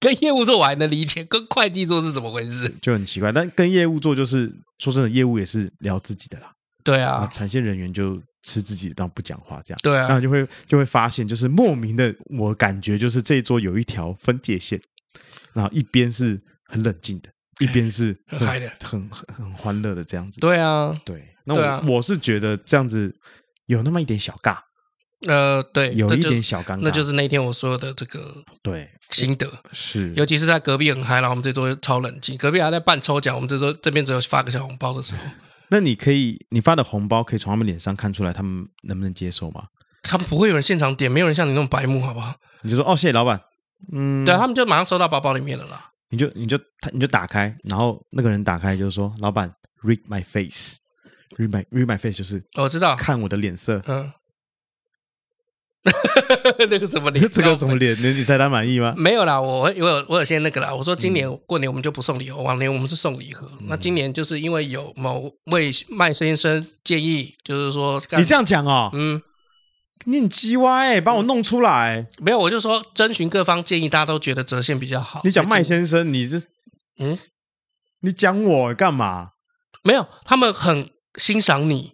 S1: 跟业务做我还能理解，跟会计做是怎么回事？
S2: 就很奇怪。但跟业务做就是说真的，业务也是聊自己的啦，
S1: 对
S2: 啊，
S1: 啊，
S2: 产线人员就吃自己的，然后不讲话这样。
S1: 对
S2: 然后
S1: 啊，
S2: 就会就会发现，就是莫名的，我感觉就是这一桌有一条分界线，然后一边是很冷静的，一边是
S1: 很
S2: 很
S1: 嗨的
S2: 很很很欢乐的这样子。
S1: 对啊，
S2: 对，那
S1: 对
S2: 我、
S1: 啊
S2: 我是觉得这样子有那么一点小尬，
S1: 呃，对，
S2: 有
S1: 那
S2: 一
S1: 就
S2: 点，小尴尬，
S1: 那就是那天我说的这个
S2: 对，
S1: 心得。
S2: 是
S1: 尤其是在隔壁很嗨，然后我们这桌超冷静，隔壁还在办抽奖，我们这桌这边只有发个小红包的
S2: [LAUGHS]
S1: 时候，
S2: 那你可以你发的红包可以从他们脸上看出来，他们能不能接受吗？
S1: 他们不会有人现场点，没有人像你那种白目，好不好？
S2: 你就说哦，谢谢老板，嗯，
S1: 对啊，他们就马上收到包包里面了啦。
S2: 你就你就他你就打开，然后那个人打开就说：“老板，read my face，read my read my face 就是
S1: 我知道，
S2: 看我的脸色。 [LAUGHS]
S1: 嗯， [LAUGHS] 那个什么
S2: [LAUGHS] 这
S1: 脸，
S2: 个有什么脸？你你猜他满意吗？
S1: 没有啦，我我有我有些那个啦，我说今年过年我们就不送礼盒，往年我们是送礼盒。那今年就是因为有某位麦先生建议，就是说干，
S2: 你这样讲哦，
S1: 嗯，
S2: 你很鸡歪欸，把我弄出来。
S1: 没有，我就说征询各方建议，大家都觉得折现比较好。
S2: 你讲麦
S1: 所以
S2: 先生，你是
S1: 就嗯，
S2: 你讲我欸干嘛？
S1: 没有，他们很欣赏你，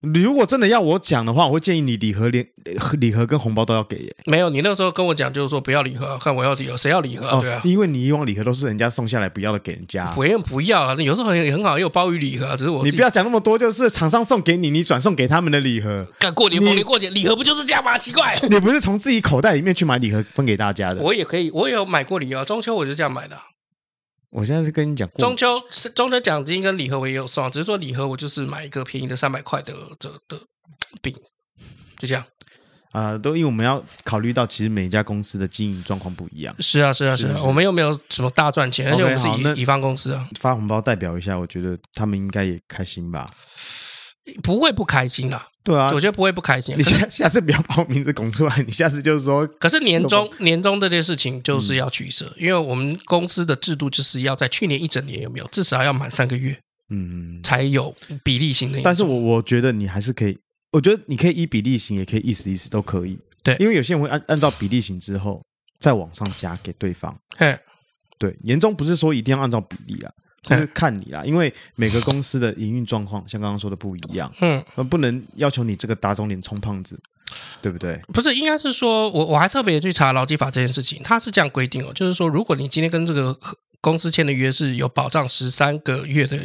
S2: 你如果真的要我讲的话，我会建议你礼盒连呃礼盒跟红包都要给耶。
S1: 没有，你那时候跟我讲就是说不要礼盒，看我要礼盒，谁要礼盒啊？对啊，
S2: 因为哦你以往礼盒都是人家送下来，不要的给人家。
S1: 不用不要了，有时候也很好，也有鲍鱼礼盒啊，只是我自
S2: 你
S1: 己
S2: 不要讲那么多，就是厂商送给你，你转送给他们的礼盒。
S1: 干过年
S2: 你
S1: 逢年过节礼盒不就是这样吗？奇怪。
S2: [LAUGHS] 你不是从自己口袋里面去买礼盒分给大家的？
S1: 我也可以，我也有买过礼盒，中秋我就这样买的啊、
S2: 我现在是跟你讲过
S1: 中秋是中秋奖金跟礼盒我也有送，只是说礼盒我就是买一个便宜的三百块的的的饼，就这样。
S2: 啊、都因为我们要考虑到，其实每家公司的经营状况不一样。
S1: 是啊，是啊，
S2: 是
S1: 是
S2: 啊
S1: 啊，我们又没有什么大赚钱，而
S2: OK，
S1: 且我们是
S2: 好那
S1: 乙乙方公司啊。
S2: 发红包代表一下，我觉得他们应该也开心吧。
S1: 不会不开心啦，
S2: 对啊
S1: 我，觉得不会不开心。
S2: [LAUGHS] 你
S1: 可是
S2: 下下次不要把我名字拱出来，你下次就是说
S1: 可是年终年终这件事情就是要取舍，因为我们公司的制度就是要在去年一整年有没有，至少要满三个月
S2: 嗯，
S1: 才有比例型的年终。
S2: 但是我我觉得你还是可以，我觉得你可以依比例型，也可以意思意思都可以。
S1: 对
S2: 因为有些人会按按照比例型之后再往上加给对方。
S1: 嘿，
S2: 对，年终不是说一定要按照比例啊，就是看你啦，因为每个公司的营运状况像刚刚说的不一样，
S1: 嗯，
S2: 呃，不能要求你这个打肿脸充胖子，对不对？
S1: 不是，应该是说我我还特别去查劳基法这件事情，它是这样规定哦，就是说如果你今天跟这个合公司签的约是有保障十三个月的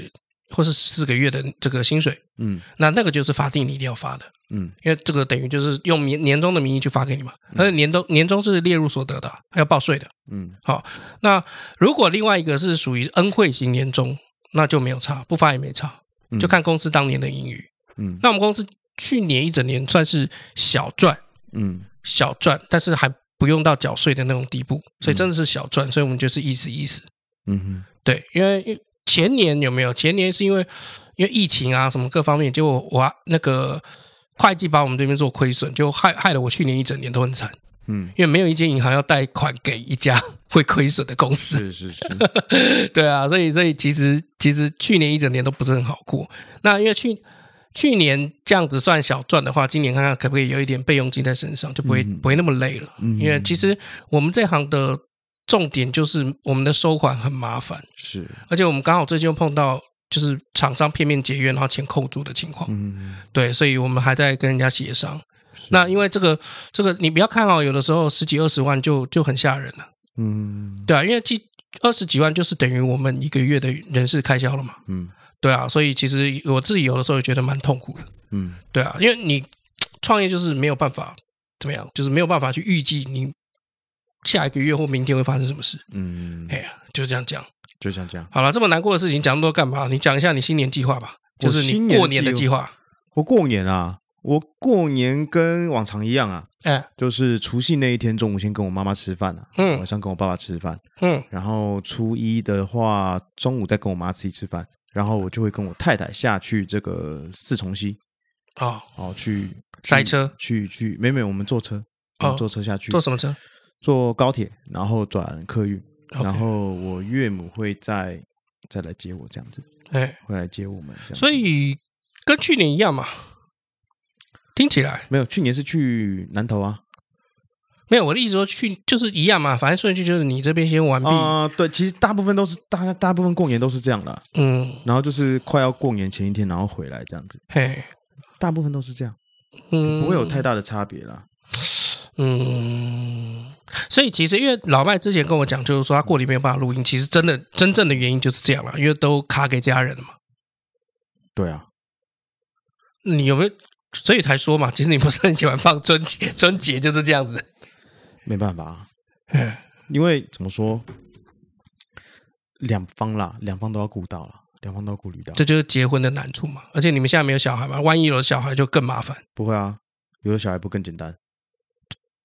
S1: 或是十四个月的这个薪水，
S2: 嗯
S1: 那那个就是法定你一定要发的。
S2: 嗯，
S1: 因为这个等于就是用年年终的名义去发给你嘛，而且年终年终是列入所得的，还要报税的。
S2: 嗯，
S1: 好，那如果另外一个是属于恩惠型年终，那就没有差，不发也没差，
S2: 嗯
S1: 就看公司当年的盈余。
S2: 嗯
S1: 那我们公司去年一整年算是小赚
S2: 嗯
S1: 小赚，但是还不用到缴税的那种地步，所以真的是小赚，所以我们就是意思意思。
S2: 嗯哼
S1: 对，因为前年有没有？前年是因为因为疫情啊，什么各方面，结果我啊那个会计把我们这边做亏损，就害害得我去年一整年都很惨，
S2: 嗯，
S1: 因为没有一间银行要贷款给一家 [LAUGHS] 会亏损的公司。
S2: [LAUGHS] 是是是，
S1: 对啊，所以所以其实其实去年一整年都不是很好过。那因为去去年这样子算小赚的话，今年看看可不可以有一点备用金在身上，就不会、不会那么累了。
S2: 嗯
S1: 因为其实我们这行的重点就是我们的收款很麻烦。
S2: 是
S1: 而且我们刚好最近又碰到就是厂商片面解约，然后钱扣住的情况，
S2: 嗯
S1: 对，所以我们还在跟人家协商。
S2: 是
S1: 那因为这个这个你不要看哦，有的时候十几二十万就就很吓人了，
S2: [LAUGHS] 嗯
S1: 对啊，因为这二十几万就是等于我们一个月的人事开销了嘛，
S2: 嗯
S1: 对啊，所以其实我自己有的时候也觉得蛮痛苦的，
S2: 嗯
S1: 对啊，因为你创业就是没有办法怎么样，就是没有办法去预计你下一个月或明天会发生什么事，
S2: 嗯
S1: 哎，呀，就这样讲。
S2: 就像这样。
S1: 好了，这么难过的事情讲那么多干嘛？你讲一下你新年计划吧，就是
S2: 我新
S1: 你
S2: 年
S1: 过年的计划。
S2: 我过年啊，我过年跟往常一样啊，
S1: 哎，
S2: 就是除夕那一天中午先跟我妈妈吃饭啊，晚
S1: 嗯
S2: 上跟我爸爸吃饭，
S1: 嗯
S2: 然后初一的话中午再跟我妈自己吃饭，然后我就会跟我太太下去这个四重溪，
S1: 哦，
S2: 哦，去
S1: 塞车哦
S2: 去去，没没，我们坐车，我们坐车下去，
S1: 坐什么车
S2: 坐高铁，然后转客运，
S1: ？OK？
S2: 然后我岳母会再再来接我这样子，
S1: 哎，
S2: 会来接我们这样子，
S1: 所以跟去年一样嘛。听起来
S2: 没有，去年是去南投啊，
S1: 没有我的意思说去就是一样嘛，反正顺序就是你这边先完毕，
S2: 啊、对，其实大部分都是大家大部分过年都是这样啦，
S1: 嗯，
S2: 然后就是快要过年前一天，然后回来这样子，
S1: 嘿，
S2: 大部分都是这样，
S1: 嗯，
S2: 不会有太大的差别啦。
S1: 嗯，所以其实因为老麦之前跟我讲，就是说他过年没有办法录音，其实真的真正的原因就是这样了，因为都卡给家人了嘛。
S2: 对啊，
S1: 你有没有？所以才说嘛，其 [LAUGHS] 实你不是很喜欢放春节， [LAUGHS] 春节就是这样子。
S2: 没办法、啊，因为怎么说，两方啦，两方都要顾到啦，两方都要顾虑到。
S1: 这就是结婚的难处嘛。而且你们现在没有小孩嘛，万一有小孩就更麻烦。
S2: 不会啊，有了小孩不更简单？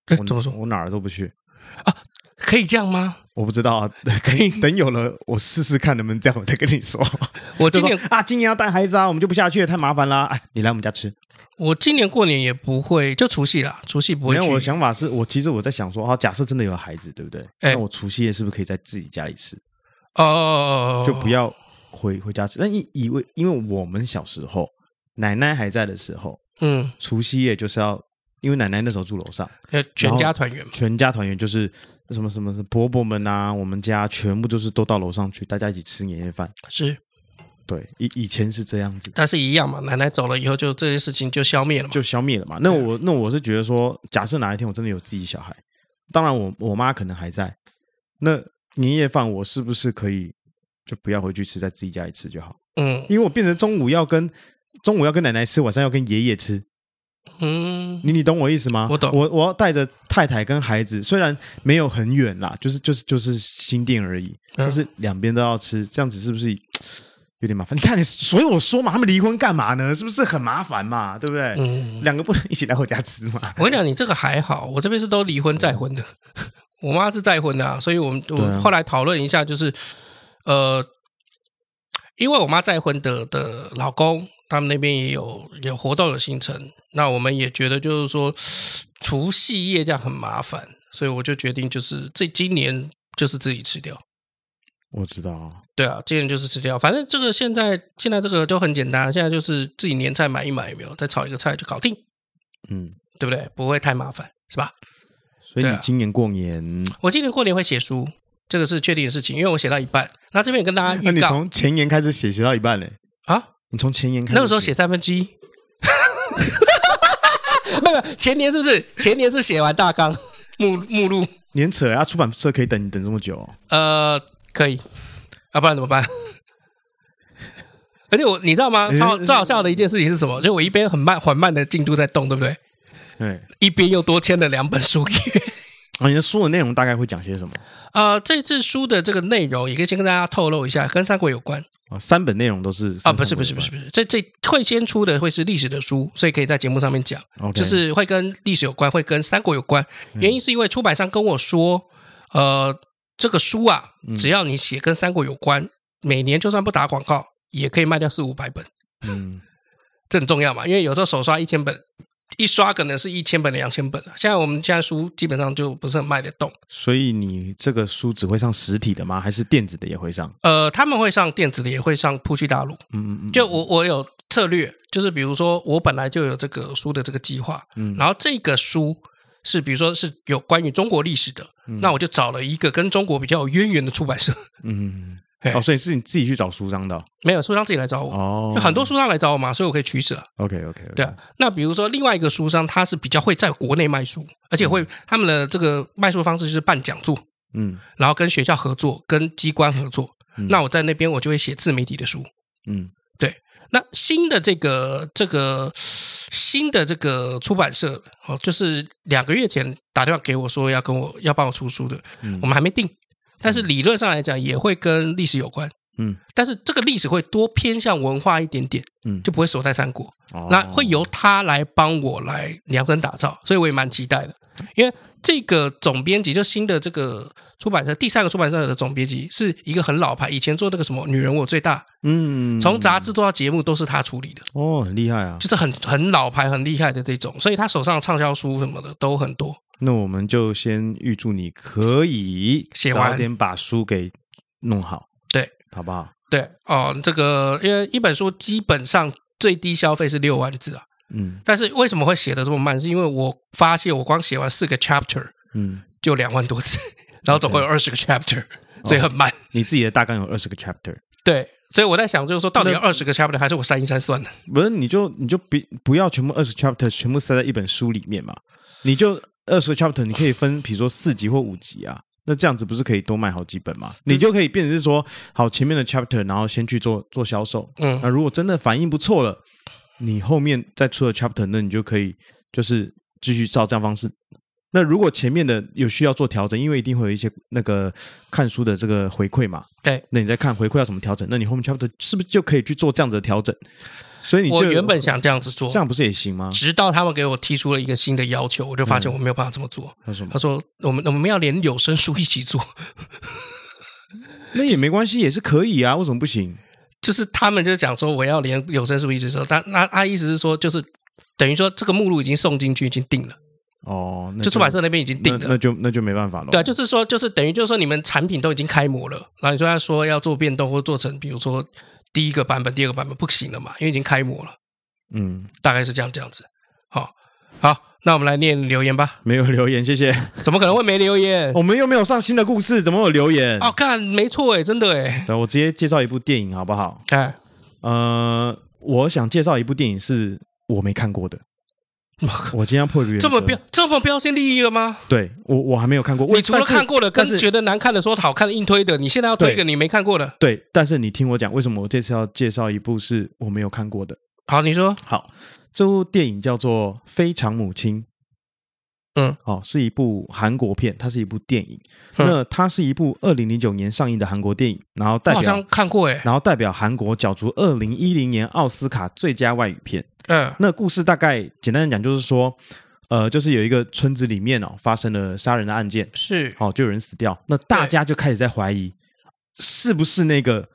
S1: 哎
S2: 我，
S1: 怎么说？
S2: 我哪儿都不去，
S1: 可以这样吗？
S2: 我不知道啊。 [LAUGHS] 等等有了，我试试看能不能这样，我再跟你说。
S1: 我
S2: 就
S1: 哦今
S2: 说
S1: 年
S2: 啊，今年要带孩子啊，我们就不下去了，太麻烦啦。哎，你来我们家吃。
S1: 我今年过年也不会，就除夕啦，除夕不
S2: 没
S1: 会
S2: 有，我
S1: 去。
S2: 想法是我其实我在想说，啊，假设真的有了孩子，对不对？
S1: 哎
S2: 那我除夕夜是不是可以在自己家里吃，
S1: 哦，
S2: 就不要回回家吃？但因以为因为我们小时候奶奶还在的时候，
S1: 嗯，
S2: 除夕夜就是要，因为奶奶那时候住楼上，
S1: 要呃全家团圆嘛。
S2: 全家团圆就是什么什么伯伯们啊，我们家全部就是都到楼上去，大家一起吃年夜饭。
S1: 是，
S2: 对，以以前是这样子，
S1: 但是一样嘛，奶奶走了以后，就这些事情就消灭了嘛。
S2: 就消灭了嘛。那我那我是觉得说，假设哪一天我真的有自己小孩，当然我我妈可能还在，那年夜饭我是不是可以就不要回去吃，在自己家里吃就好？
S1: 嗯
S2: 因为我变成中午要跟中午要跟奶奶吃，晚上要跟爷爷吃，
S1: 嗯，
S2: 你你懂我意思吗？
S1: 我懂
S2: 我我要带着太太跟孩子，虽然没有很远啦，就是就是就是新店而已，
S1: 嗯
S2: 但是两边都要吃，这样子是不是有点麻烦？你看你，所以我说嘛，他们离婚干嘛呢？是不是很麻烦嘛？对不对？
S1: 嗯
S2: 两个不能一起来我家吃嘛？
S1: 我跟你讲，你这个还好，我这边是都离婚再婚的， [LAUGHS] 我妈是再婚的、啊，所以我们
S2: 对
S1: 我
S2: 啊
S1: 后来讨论一下，就是呃，因为我妈再婚的的老公，他们那边也有有活动有行程，那我们也觉得就是说除夕夜这样很麻烦，所以我就决定就是这今年就是自己吃掉。
S2: 我知道，
S1: 对啊，今年就是吃掉，反正这个现在现在这个就很简单，现在就是自己年菜买一买，有没有？再炒一个菜就搞定，
S2: 嗯，
S1: 对不对？不会太麻烦，是吧？
S2: 所以
S1: 对
S2: 你
S1: 啊
S2: 今年过年，
S1: 我今年过年会写书，这个是确定的事情，因为我写到一半。那这边也跟大家
S2: 那
S1: 预
S2: 啊你
S1: 告
S2: 从前言开始写，写到一半嘞，
S1: 啊，
S2: 你从前言开始，
S1: 那个时候写，三分之一， [LAUGHS] 没有没有前年是不是？前年是写完大纲目目录，
S2: 你很扯啊，出版社可以等你等这么久哦，
S1: 呃，可以，啊，不然怎么办？ [LAUGHS] 而且我你知道吗？
S2: 嗯
S1: 超最好笑的一件事情是什么？就我一边很慢缓慢的进度在动，对不对？
S2: 对，
S1: 一边又多签了两本书页。
S2: 啊，你的书的内容大概会讲些什么？
S1: [LAUGHS] 呃，这次书的这个内容也可以先跟大家透露一下，跟三国有关
S2: 啊，三本内容都是
S1: 啊，不是不是不是不是，这这会先出的会是历史的书，所以可以在节目上面讲。
S2: ，OK，
S1: 就是会跟历史有关，会跟三国有关。原因是因为出版商跟我说，呃，这个书啊，只要你写跟三国有关，每年就算不打广告，也可以卖掉四五百本，
S2: 嗯，
S1: 这很重要嘛。因为有时候手刷一千本，一刷可能是一千本、两千本啊。现在我们现在书基本上就不是很卖得动。
S2: 所以你这个书只会上实体的吗？还是电子的也会上？
S1: 呃，他们会上电子的，也会上铺去大陆。
S2: 嗯嗯嗯，
S1: 就我我有策略，就是比如说我本来就有这个书的这个计划，
S2: 嗯
S1: 然后这个书是比如说是有关于中国历史的，那我就找了一个跟中国比较有渊源的出版社，
S2: 嗯，
S1: 嘿
S2: 哦，所以是你自己去找书商的哦
S1: 没有书商自己来找我，
S2: 哦
S1: 有，很多书商来找我嘛，所以我可以取舍啊。
S2: OK OK，
S1: 对啊，那比如说另外一个书商，他是比较会在国内卖书，而且会他们的这个卖书方式就是办讲座，
S2: 嗯
S1: 然后跟学校合作，跟机关合作。那我在那边我就会写自媒体的书，
S2: 嗯，
S1: 那新的这个这个新的这个出版社哦，就是两个月前打电话给我说要跟我要帮我出书的，
S2: 嗯
S1: 我们还没定，但是理论上来讲也会跟历史有关，
S2: 嗯，
S1: 但是这个历史会多偏向文化一点点，
S2: 嗯
S1: 就不会锁在三国，
S2: 哦
S1: 那会由他来帮我来量身打造，所以我也蛮期待的，因为这个总编辑就新的这个出版社第三个出版社的总编辑是一个很老牌，以前做那个什么《女人我最大》，
S2: 嗯，
S1: 从杂志做到节目都是他处理的。
S2: 哦，很厉害啊
S1: 就。是很很老牌、很厉害的这种，所以他手上畅销书什么的都很多。
S2: 那我们就先预祝你可以
S1: 写完
S2: 早点把书给弄好，
S1: 对，
S2: 好不好？
S1: 对哦，这个因为一本书基本上最低消费是六万字啊，
S2: 嗯
S1: 但是为什么会写的这么慢？是因为我发现我光写完四个 chapter
S2: 嗯，
S1: 就两万多字， [LAUGHS] 然后总共有二十个 chapter，所以
S2: 哦
S1: 很慢。
S2: 你自己的大纲有二十个 chapter，
S1: 对，所以我在想，就是说到底要二十个 chapter 还是我删一删算了？
S2: 不是你就你就别不要全部二十 chapter 全部塞在一本书里面嘛，你就二十个 chapter 你可以分，比如说四集或五集啊。那这样子不是可以多卖好几本吗？你就可以变成是说，好前面的 chapter，然后先去做做销售。
S1: 嗯
S2: 那如果真的反应不错了，你后面再出的 chapter，那你就可以就是继续照这样方式。那如果前面的有需要做调整，因为一定会有一些那个看书的这个回馈嘛，
S1: 对
S2: 那你再看回馈要怎么调整，那你后面 chapter 是不是就可以去做这样子的调整？所以你就
S1: 我原本想这样子做
S2: 这，样不是也行吗？
S1: 直到他们给我提出了一个新的要求，我就发
S2: 嗯
S1: 现我没有办法这么做。
S2: 他说
S1: 他说：“我们我们要连有声书一起做。” [LAUGHS]
S2: 那也没关系，也是可以啊，为什么不行？
S1: 就是他们就讲说我要连有声书一直收，他那他意思是说就是等于说这个目录已经送进去，已经定了，
S2: 哦，那
S1: 就出版社那边已经定了
S2: 那那。就那就没办法了。
S1: 对啊，就是说，就是等于就是说，你们产品都已经开模了，然后你说要说要做变动或做成，比如说第一个版本、第二个版本不行了嘛，因为已经开模了，
S2: 嗯，
S1: 大概是这样这样子。好，好，那我们来念留言吧，
S2: 没有留言，谢谢。
S1: 怎么可能会没留
S2: [LAUGHS]
S1: 言？
S2: 我们又没有上新的故事，怎么有留言？
S1: 哦，看，没错哎，真的哎，
S2: 对，我直接介绍一部电影好不好？
S1: 哎，
S2: 呃，我想介绍一部电影是我没
S1: [LAUGHS]
S2: 看过的。我今天要破原则
S1: 这么标这么标新立异了吗？
S2: 对我我还没有看过。我
S1: 你除了
S2: 但是
S1: 看过的跟
S2: 但是
S1: 觉得难看的说好看的硬推的，你现在要推一个
S2: 对
S1: 你没看过的，
S2: 对，但是你听我讲，为什么我这次要介绍一部是我没有看过的？
S1: 好，你说，
S2: 好，这部电影叫做《非常母亲》。
S1: 嗯，
S2: 哦，是一部韩国片，它是一部电影。
S1: 嗯
S2: 那它是一部二零零九年上映的韩国电影，然后代
S1: 我好
S2: 表
S1: 像看过哎、
S2: 然后代表韩国角逐二零一零年奥斯卡最佳外语片。
S1: 嗯
S2: 那故事大概简单的讲，就是说，呃，就是有一个村子里面哦发生了杀人的案件，
S1: 是
S2: 哦，就有人死掉，那大
S1: 对
S2: 家就开始在怀疑是不是那个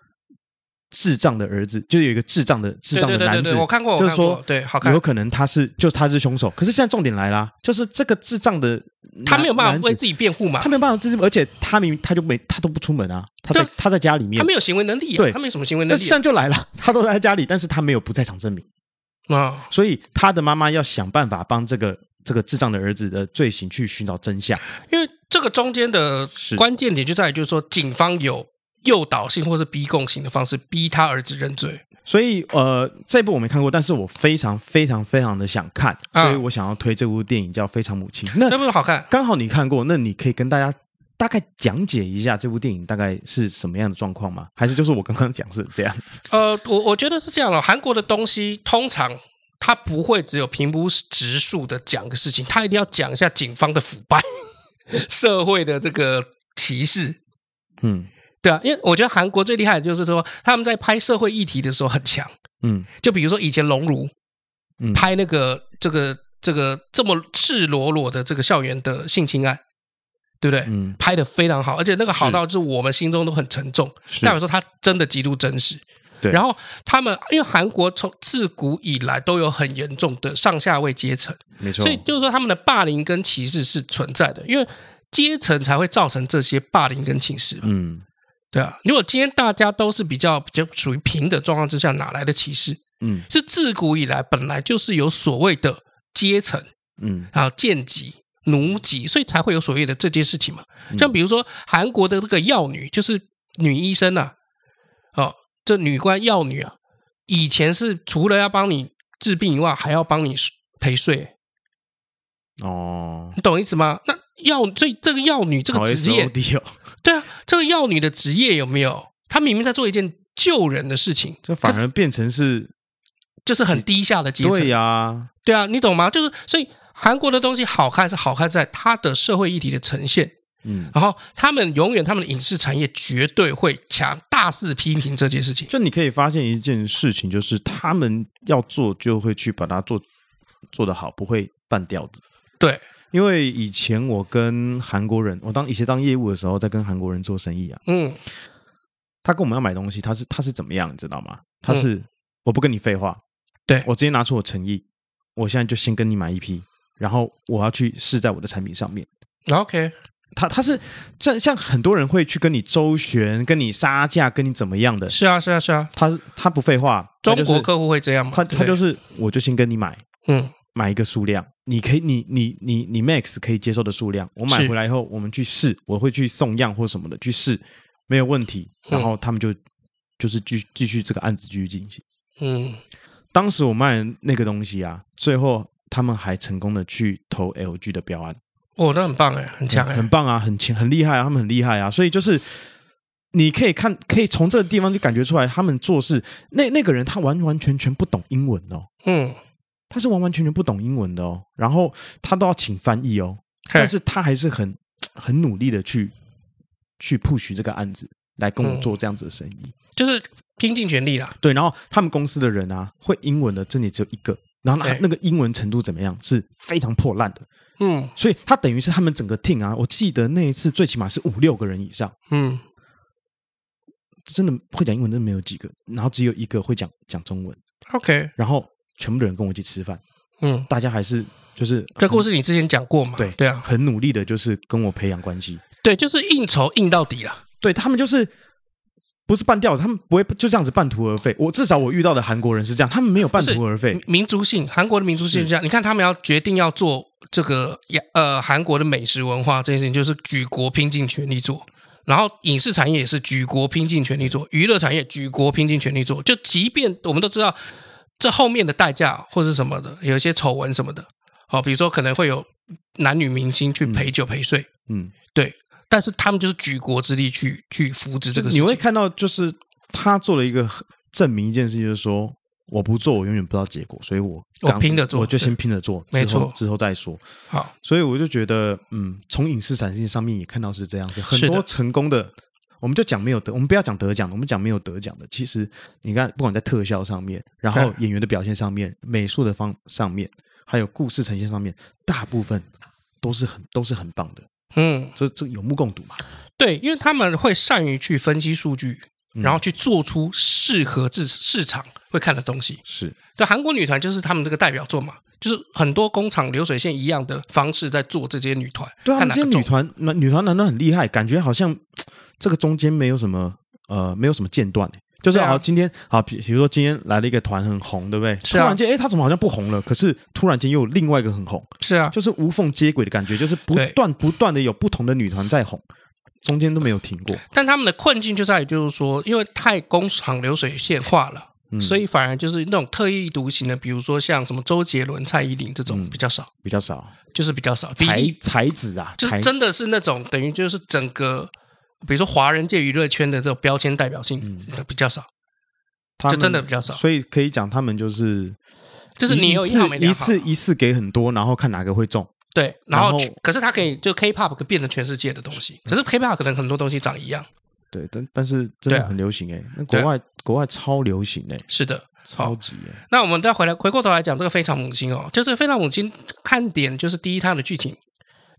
S2: 智障的儿子，就是有一个智障的智
S1: 对
S2: 障
S1: 对
S2: 的
S1: 对
S2: 男
S1: 对
S2: 子
S1: 对，，我看过，我
S2: 就是
S1: 看过
S2: 说
S1: 对，好看
S2: 有，可能他是就是他是凶手。可是现在重点来啦，就是这个智障的
S1: 他
S2: 男
S1: 没有办
S2: 男
S1: 法
S2: 子
S1: 为自己辩护嘛
S2: 他，没有办法自己，而且他明明他就没他都不出门啊，他在
S1: 对
S2: 他在家里面
S1: 他，没有行为能力啊
S2: 对，
S1: 他没有什么行为
S2: 那
S1: 能
S2: 这
S1: 力啊
S2: 样就来了，他都在家里，但是他没有不在场证明，
S1: 啊。
S2: 所以他的妈妈要想办法帮这个这个智障的儿子的罪行去寻找真相。
S1: 因为这个中间的
S2: 是
S1: 关键点就在于，就是说警方有诱导性或是逼供性的方式逼他儿子认罪。
S2: 所以呃，这部我没看过，但是我非常非常非常的想看，
S1: 啊
S2: 所以我想要推这部电影叫《非常母亲》。那
S1: 那部好看，
S2: 刚好你看过，那你可以跟大家。大概讲解一下这部电影大概是什么样的状况吗？还是就是我刚刚讲是这样？
S1: 呃，我我觉得是这样了。韩国的东西通常他不会只有平铺直述的讲个事情，他一定要讲一下警方的腐败、 [LAUGHS] 社会的这个歧视。
S2: [LAUGHS] 嗯
S1: 对啊，因为我觉得韩国最厉害的就是说他们在拍社会议题的时候很强，
S2: 嗯
S1: 就比如说以前《熔炉》
S2: 嗯，
S1: 拍那个这个这个这么赤裸裸的这个校园的性侵案，对不对？
S2: 嗯
S1: 拍的非常好，而且那个好
S2: 是
S1: 到就是我们心中都很沉重，
S2: 是
S1: 代表说它真的极度真实。
S2: 对
S1: 然后他们因为韩国从自古以来都有很严重的上下位阶层，
S2: 没错
S1: 所以就是说他们的霸凌跟歧视是存在的，因为阶层才会造成这些霸凌跟歧视嘛。
S2: 嗯
S1: 对啊，如果今天大家都是比较比较属于平等状况之下，哪来的歧视？
S2: 嗯
S1: 是自古以来本来就是有所谓的阶层，
S2: 嗯
S1: 啊，贱籍、奴籍，所以才会有所谓的这件事情嘛。
S2: 嗯
S1: 像比如说韩国的这个药女，就是女医生啊，哦，这女官药女啊，以前是除了要帮你治病以外，还要帮你陪睡，
S2: 哦，
S1: 你懂我意思吗？那药这这个药女这
S2: 好
S1: 个职业
S2: [LAUGHS] SOD 哦，
S1: 对啊，这个药女的职业有没有？她明明在做一件救人的事情，
S2: 这反而变成是
S1: 就是很低下的阶层。
S2: 对呀、
S1: 对啊，你懂吗？就是所以韩国的东西好看是好看在它的社会议题的呈现，
S2: 嗯，
S1: 然后他们永远他们的影视产业绝对会强大肆批评这件事情。
S2: 就你可以发现一件事情，就是他们要做就会去把它做做得好，不会半吊子。
S1: 对，
S2: 因为以前我跟韩国人，我当以前当业务的时候，在跟韩国人做生意啊，
S1: 嗯，
S2: 他跟我们要买东西，他是他是怎么样，你知道
S1: 嗯
S2: 吗？他是、我不跟你废话，
S1: 对
S2: 我直接拿出我诚意，我现在就先跟你买一批，然后我要去试在我的产品上面。
S1: ，OK，
S2: 他他是像像很多人会去跟你周旋、跟你杀价、跟你怎么样的，
S1: 是啊，是啊，是啊，
S2: 他他不废话，
S1: 中
S2: 他就是
S1: 国客户会这样吗？
S2: 他
S1: 对
S2: 他就是我就先跟你买
S1: 嗯，
S2: 买一个数量，你可以你你你你 max 可以接受的数量，我买
S1: 是
S2: 回来以后我们去试，我会去送样或什么的去试，没有问题，然后他们就、就是继继续这个案子继续进行。
S1: 嗯，
S2: 当时我卖的那个东西啊，最后他们还成功的去投 LG 的标案。
S1: 哦，那很棒哎，很强哎
S2: 很，棒啊，很强，很厉害啊，他们很厉害啊，所以就是你可以看，可以从这个地方就感觉出来，他们做事那那个人他完完全全不懂英文哦，
S1: 嗯，
S2: 他是完完全全不懂英文的哦，然后他都要请翻译哦，
S1: 嘿
S2: 但是他还是很很努力的去去 push 这个案子来跟我
S1: 嗯
S2: 做这样子的生意，
S1: 就是拼尽全力啦。
S2: 对，然后他们公司的人啊，会英文的真的只有一个。然后那
S1: 对
S2: 那个英文程度怎么样？是非常破烂的，
S1: 嗯
S2: 所以他等于是他们整个 team 啊，我记得那一次最起码是五六个人以上，
S1: 嗯，
S2: 真的会讲英文真的没有几个，然后只有一个会讲讲中文，
S1: ，OK，
S2: 然后全部的人跟我一起吃饭，
S1: 嗯，
S2: 大家还是就是
S1: 这故
S2: 事
S1: 事你之前讲过嘛？
S2: 对
S1: 对啊，
S2: 很努力的，就是跟我培养关系。
S1: 对，就是应酬应到底啦。
S2: 对他们就是不是半吊子，他们不会就这样子半途而废。我至少我遇到的韩国人是这样，他们没有半途而废
S1: 民。民族性，韩国的民族性是这样。你看，他们要决定要做这个亚呃韩国的美食文化这件事情，就是举国拼尽全力做。然后影视产业也是举国拼尽全力做，娱乐产业举国拼尽全力做。就即便我们都知道这后面的代价或是什么的，有一些丑闻什么的，哦，比如说可能会有男女明星去陪酒陪睡，
S2: 嗯，
S1: 对，但是他们就是举国之力去去扶植这个事
S2: 你
S1: 情。
S2: 会看到就是他做了一个很证明一件事情，就是说我不做，我永远不知道结果，所以我
S1: 我
S2: 刚
S1: 拼着做
S2: 我就先拼着做，
S1: 没
S2: 之后
S1: 错
S2: 之后再说。
S1: 好，
S2: 所以我就觉得，嗯，从影视产业上面也看到是这样子，很
S1: 是的
S2: 多成功的，我们就讲没有得，我们不要讲得奖的，我们讲没有得奖的。其实你看，不管在特效上面，然后
S1: 嗯
S2: 演员的表现上面，美术的方上面，还有故事呈现上面，大部分都是很都是很棒的，
S1: 嗯，
S2: 这这有目共睹嘛。
S1: 对，因为他们会善于去分析数据，
S2: 嗯
S1: 然后去做出适合市市场会看的东西。
S2: 是
S1: 对，韩国女团就是他们这个代表作嘛，就是很多工厂流水线一样的方式在做这些女团。
S2: 对啊，
S1: 看哪
S2: 这些
S1: 个重。
S2: 女团那女团男团很厉害，感觉好像嘖这个中间没有什么呃没有什么间断。就是
S1: 对啊
S2: 好，今天好，比比如说今天来了一个团很红，对不对？突
S1: 是啊
S2: 然间，哎，他怎么好像不红了？可是突然间又有另外一个很红，
S1: 是啊，
S2: 就是无缝接轨的感觉，就是不
S1: 对
S2: 断不断的有不同的女团在红，中间都没有停过。
S1: 但他们的困境就在于，就是说，因为太工厂流水线化了，
S2: 嗯
S1: 所以反而就是那种特立独行的，比如说像什么周杰伦、蔡依林这种比较少，
S2: 比较少
S1: 就是比较少。
S2: 嗯才
S1: 比例
S2: 才子啊，
S1: 就是
S2: 才
S1: 真的是那种等于就是整个，比如说华人界娱乐圈的这种标签代表性比较少，
S2: 他
S1: 就
S2: 们
S1: 真的比较少。
S2: 所以可以讲他们就是
S1: 就是你有
S2: 一
S1: 好
S2: 次
S1: 没两啊
S2: 一
S1: 好，
S2: 次一次给很多，然后看哪个会中。
S1: 对，然
S2: 然
S1: 后
S2: 后
S1: 可是它可以就 K-pop 可变成全世界的东西，可是 K-pop 可能很多东西长一样。
S2: 对，但但是真
S1: 对
S2: 的
S1: 啊
S2: 很流行哎、那
S1: 对
S2: 国
S1: 啊
S2: 外国外超流行哎、
S1: 是的，
S2: 超级哎、
S1: 那我们再回来回过头来讲这个《非常母亲》哦，就是《非常母亲》看点就是第一它的剧情，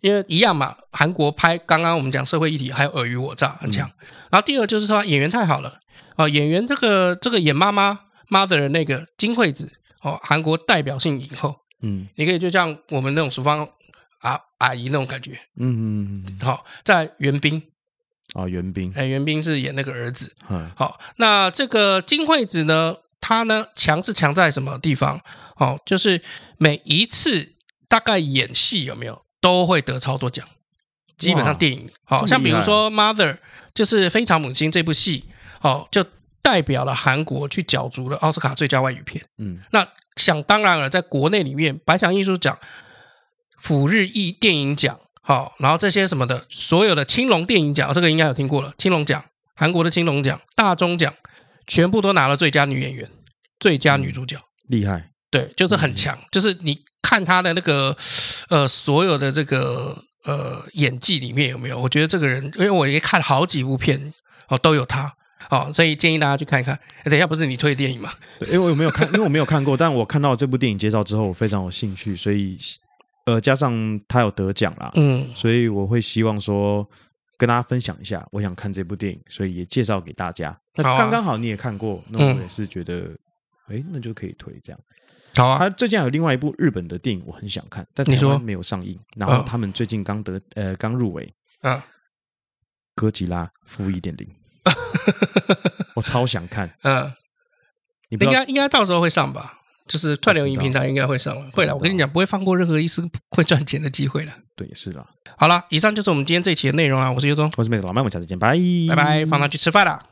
S1: 因为一样嘛，韩国拍刚刚我们讲社会议题还有尔虞我诈很强，然后第二就是说演员太好了啊、演员这个这个演妈妈 mother 的那个金惠子哦，韩国代表性影后，
S2: 嗯
S1: 你可以就像我们那种厨房啊阿姨那种感觉，
S2: 嗯嗯嗯嗯
S1: 好、在袁冰，
S2: 啊，袁冰，
S1: 哎，袁冰是演那个儿子，
S2: 嗯
S1: 好，那这个金惠子呢，她呢强是强在什么地方？哦，就是每一次大概演戏有没有都会得超多奖，基本上电影，好、
S2: 这么
S1: 像比
S2: 厉
S1: 如
S2: 害
S1: 说《Mother》就是《非常母亲》这部戏，哦，就代表了韩国去角逐了奥斯卡最佳外语片。
S2: 嗯，
S1: 那想当然了，在国内里面，百想艺术奖、府日艺电影奖，好、然后这些什么的，所有的青龙电影奖，这个应该有听过了，青龙奖，韩国的青龙奖、大钟奖，全部都拿了最佳女演员、最佳女主角。
S2: 厉害，
S1: 对，就是很强，就是你看他的那个呃所有的这个呃演技里面有没有？我觉得这个人，因为我也看好几部片哦，都有他哦，所以建议大家去看一看。诶等一下不是你推电影嘛？
S2: 对，因为我没有看，因为我没有看过，但我看到这部电影介绍之后，我非常有兴趣，所以呃，加上他有得奖啦，
S1: 嗯，
S2: 所以我会希望说跟大家分享一下，我想看这部电影，所以也介绍给大家。那
S1: 好啊
S2: 刚刚好你也看过，那
S1: 嗯
S2: 我也是觉得，哎、那就可以推这样。
S1: 好啊，
S2: 他最近还有另外一部日本的电影，我很想看，但
S1: 你
S2: 台
S1: 说哦
S2: 湾没有上映。然后他们最近刚得呃刚入围《
S1: 嗯
S2: 哥吉拉负一点
S1: [LAUGHS]
S2: 零》，我超想看。
S1: 嗯，
S2: 你不
S1: 应
S2: 知道
S1: 该应该到时候会上吧。就是串流影评上应该会上了，会了。我跟你讲，不会放过任何一丝会赚钱的机会了。
S2: 对也是啦。
S1: 好了，以上就是我们今天这期的内容啊。我是尤忠，
S2: 我是妹子老麦，我们下次见，拜
S1: 拜拜，放他去吃饭了。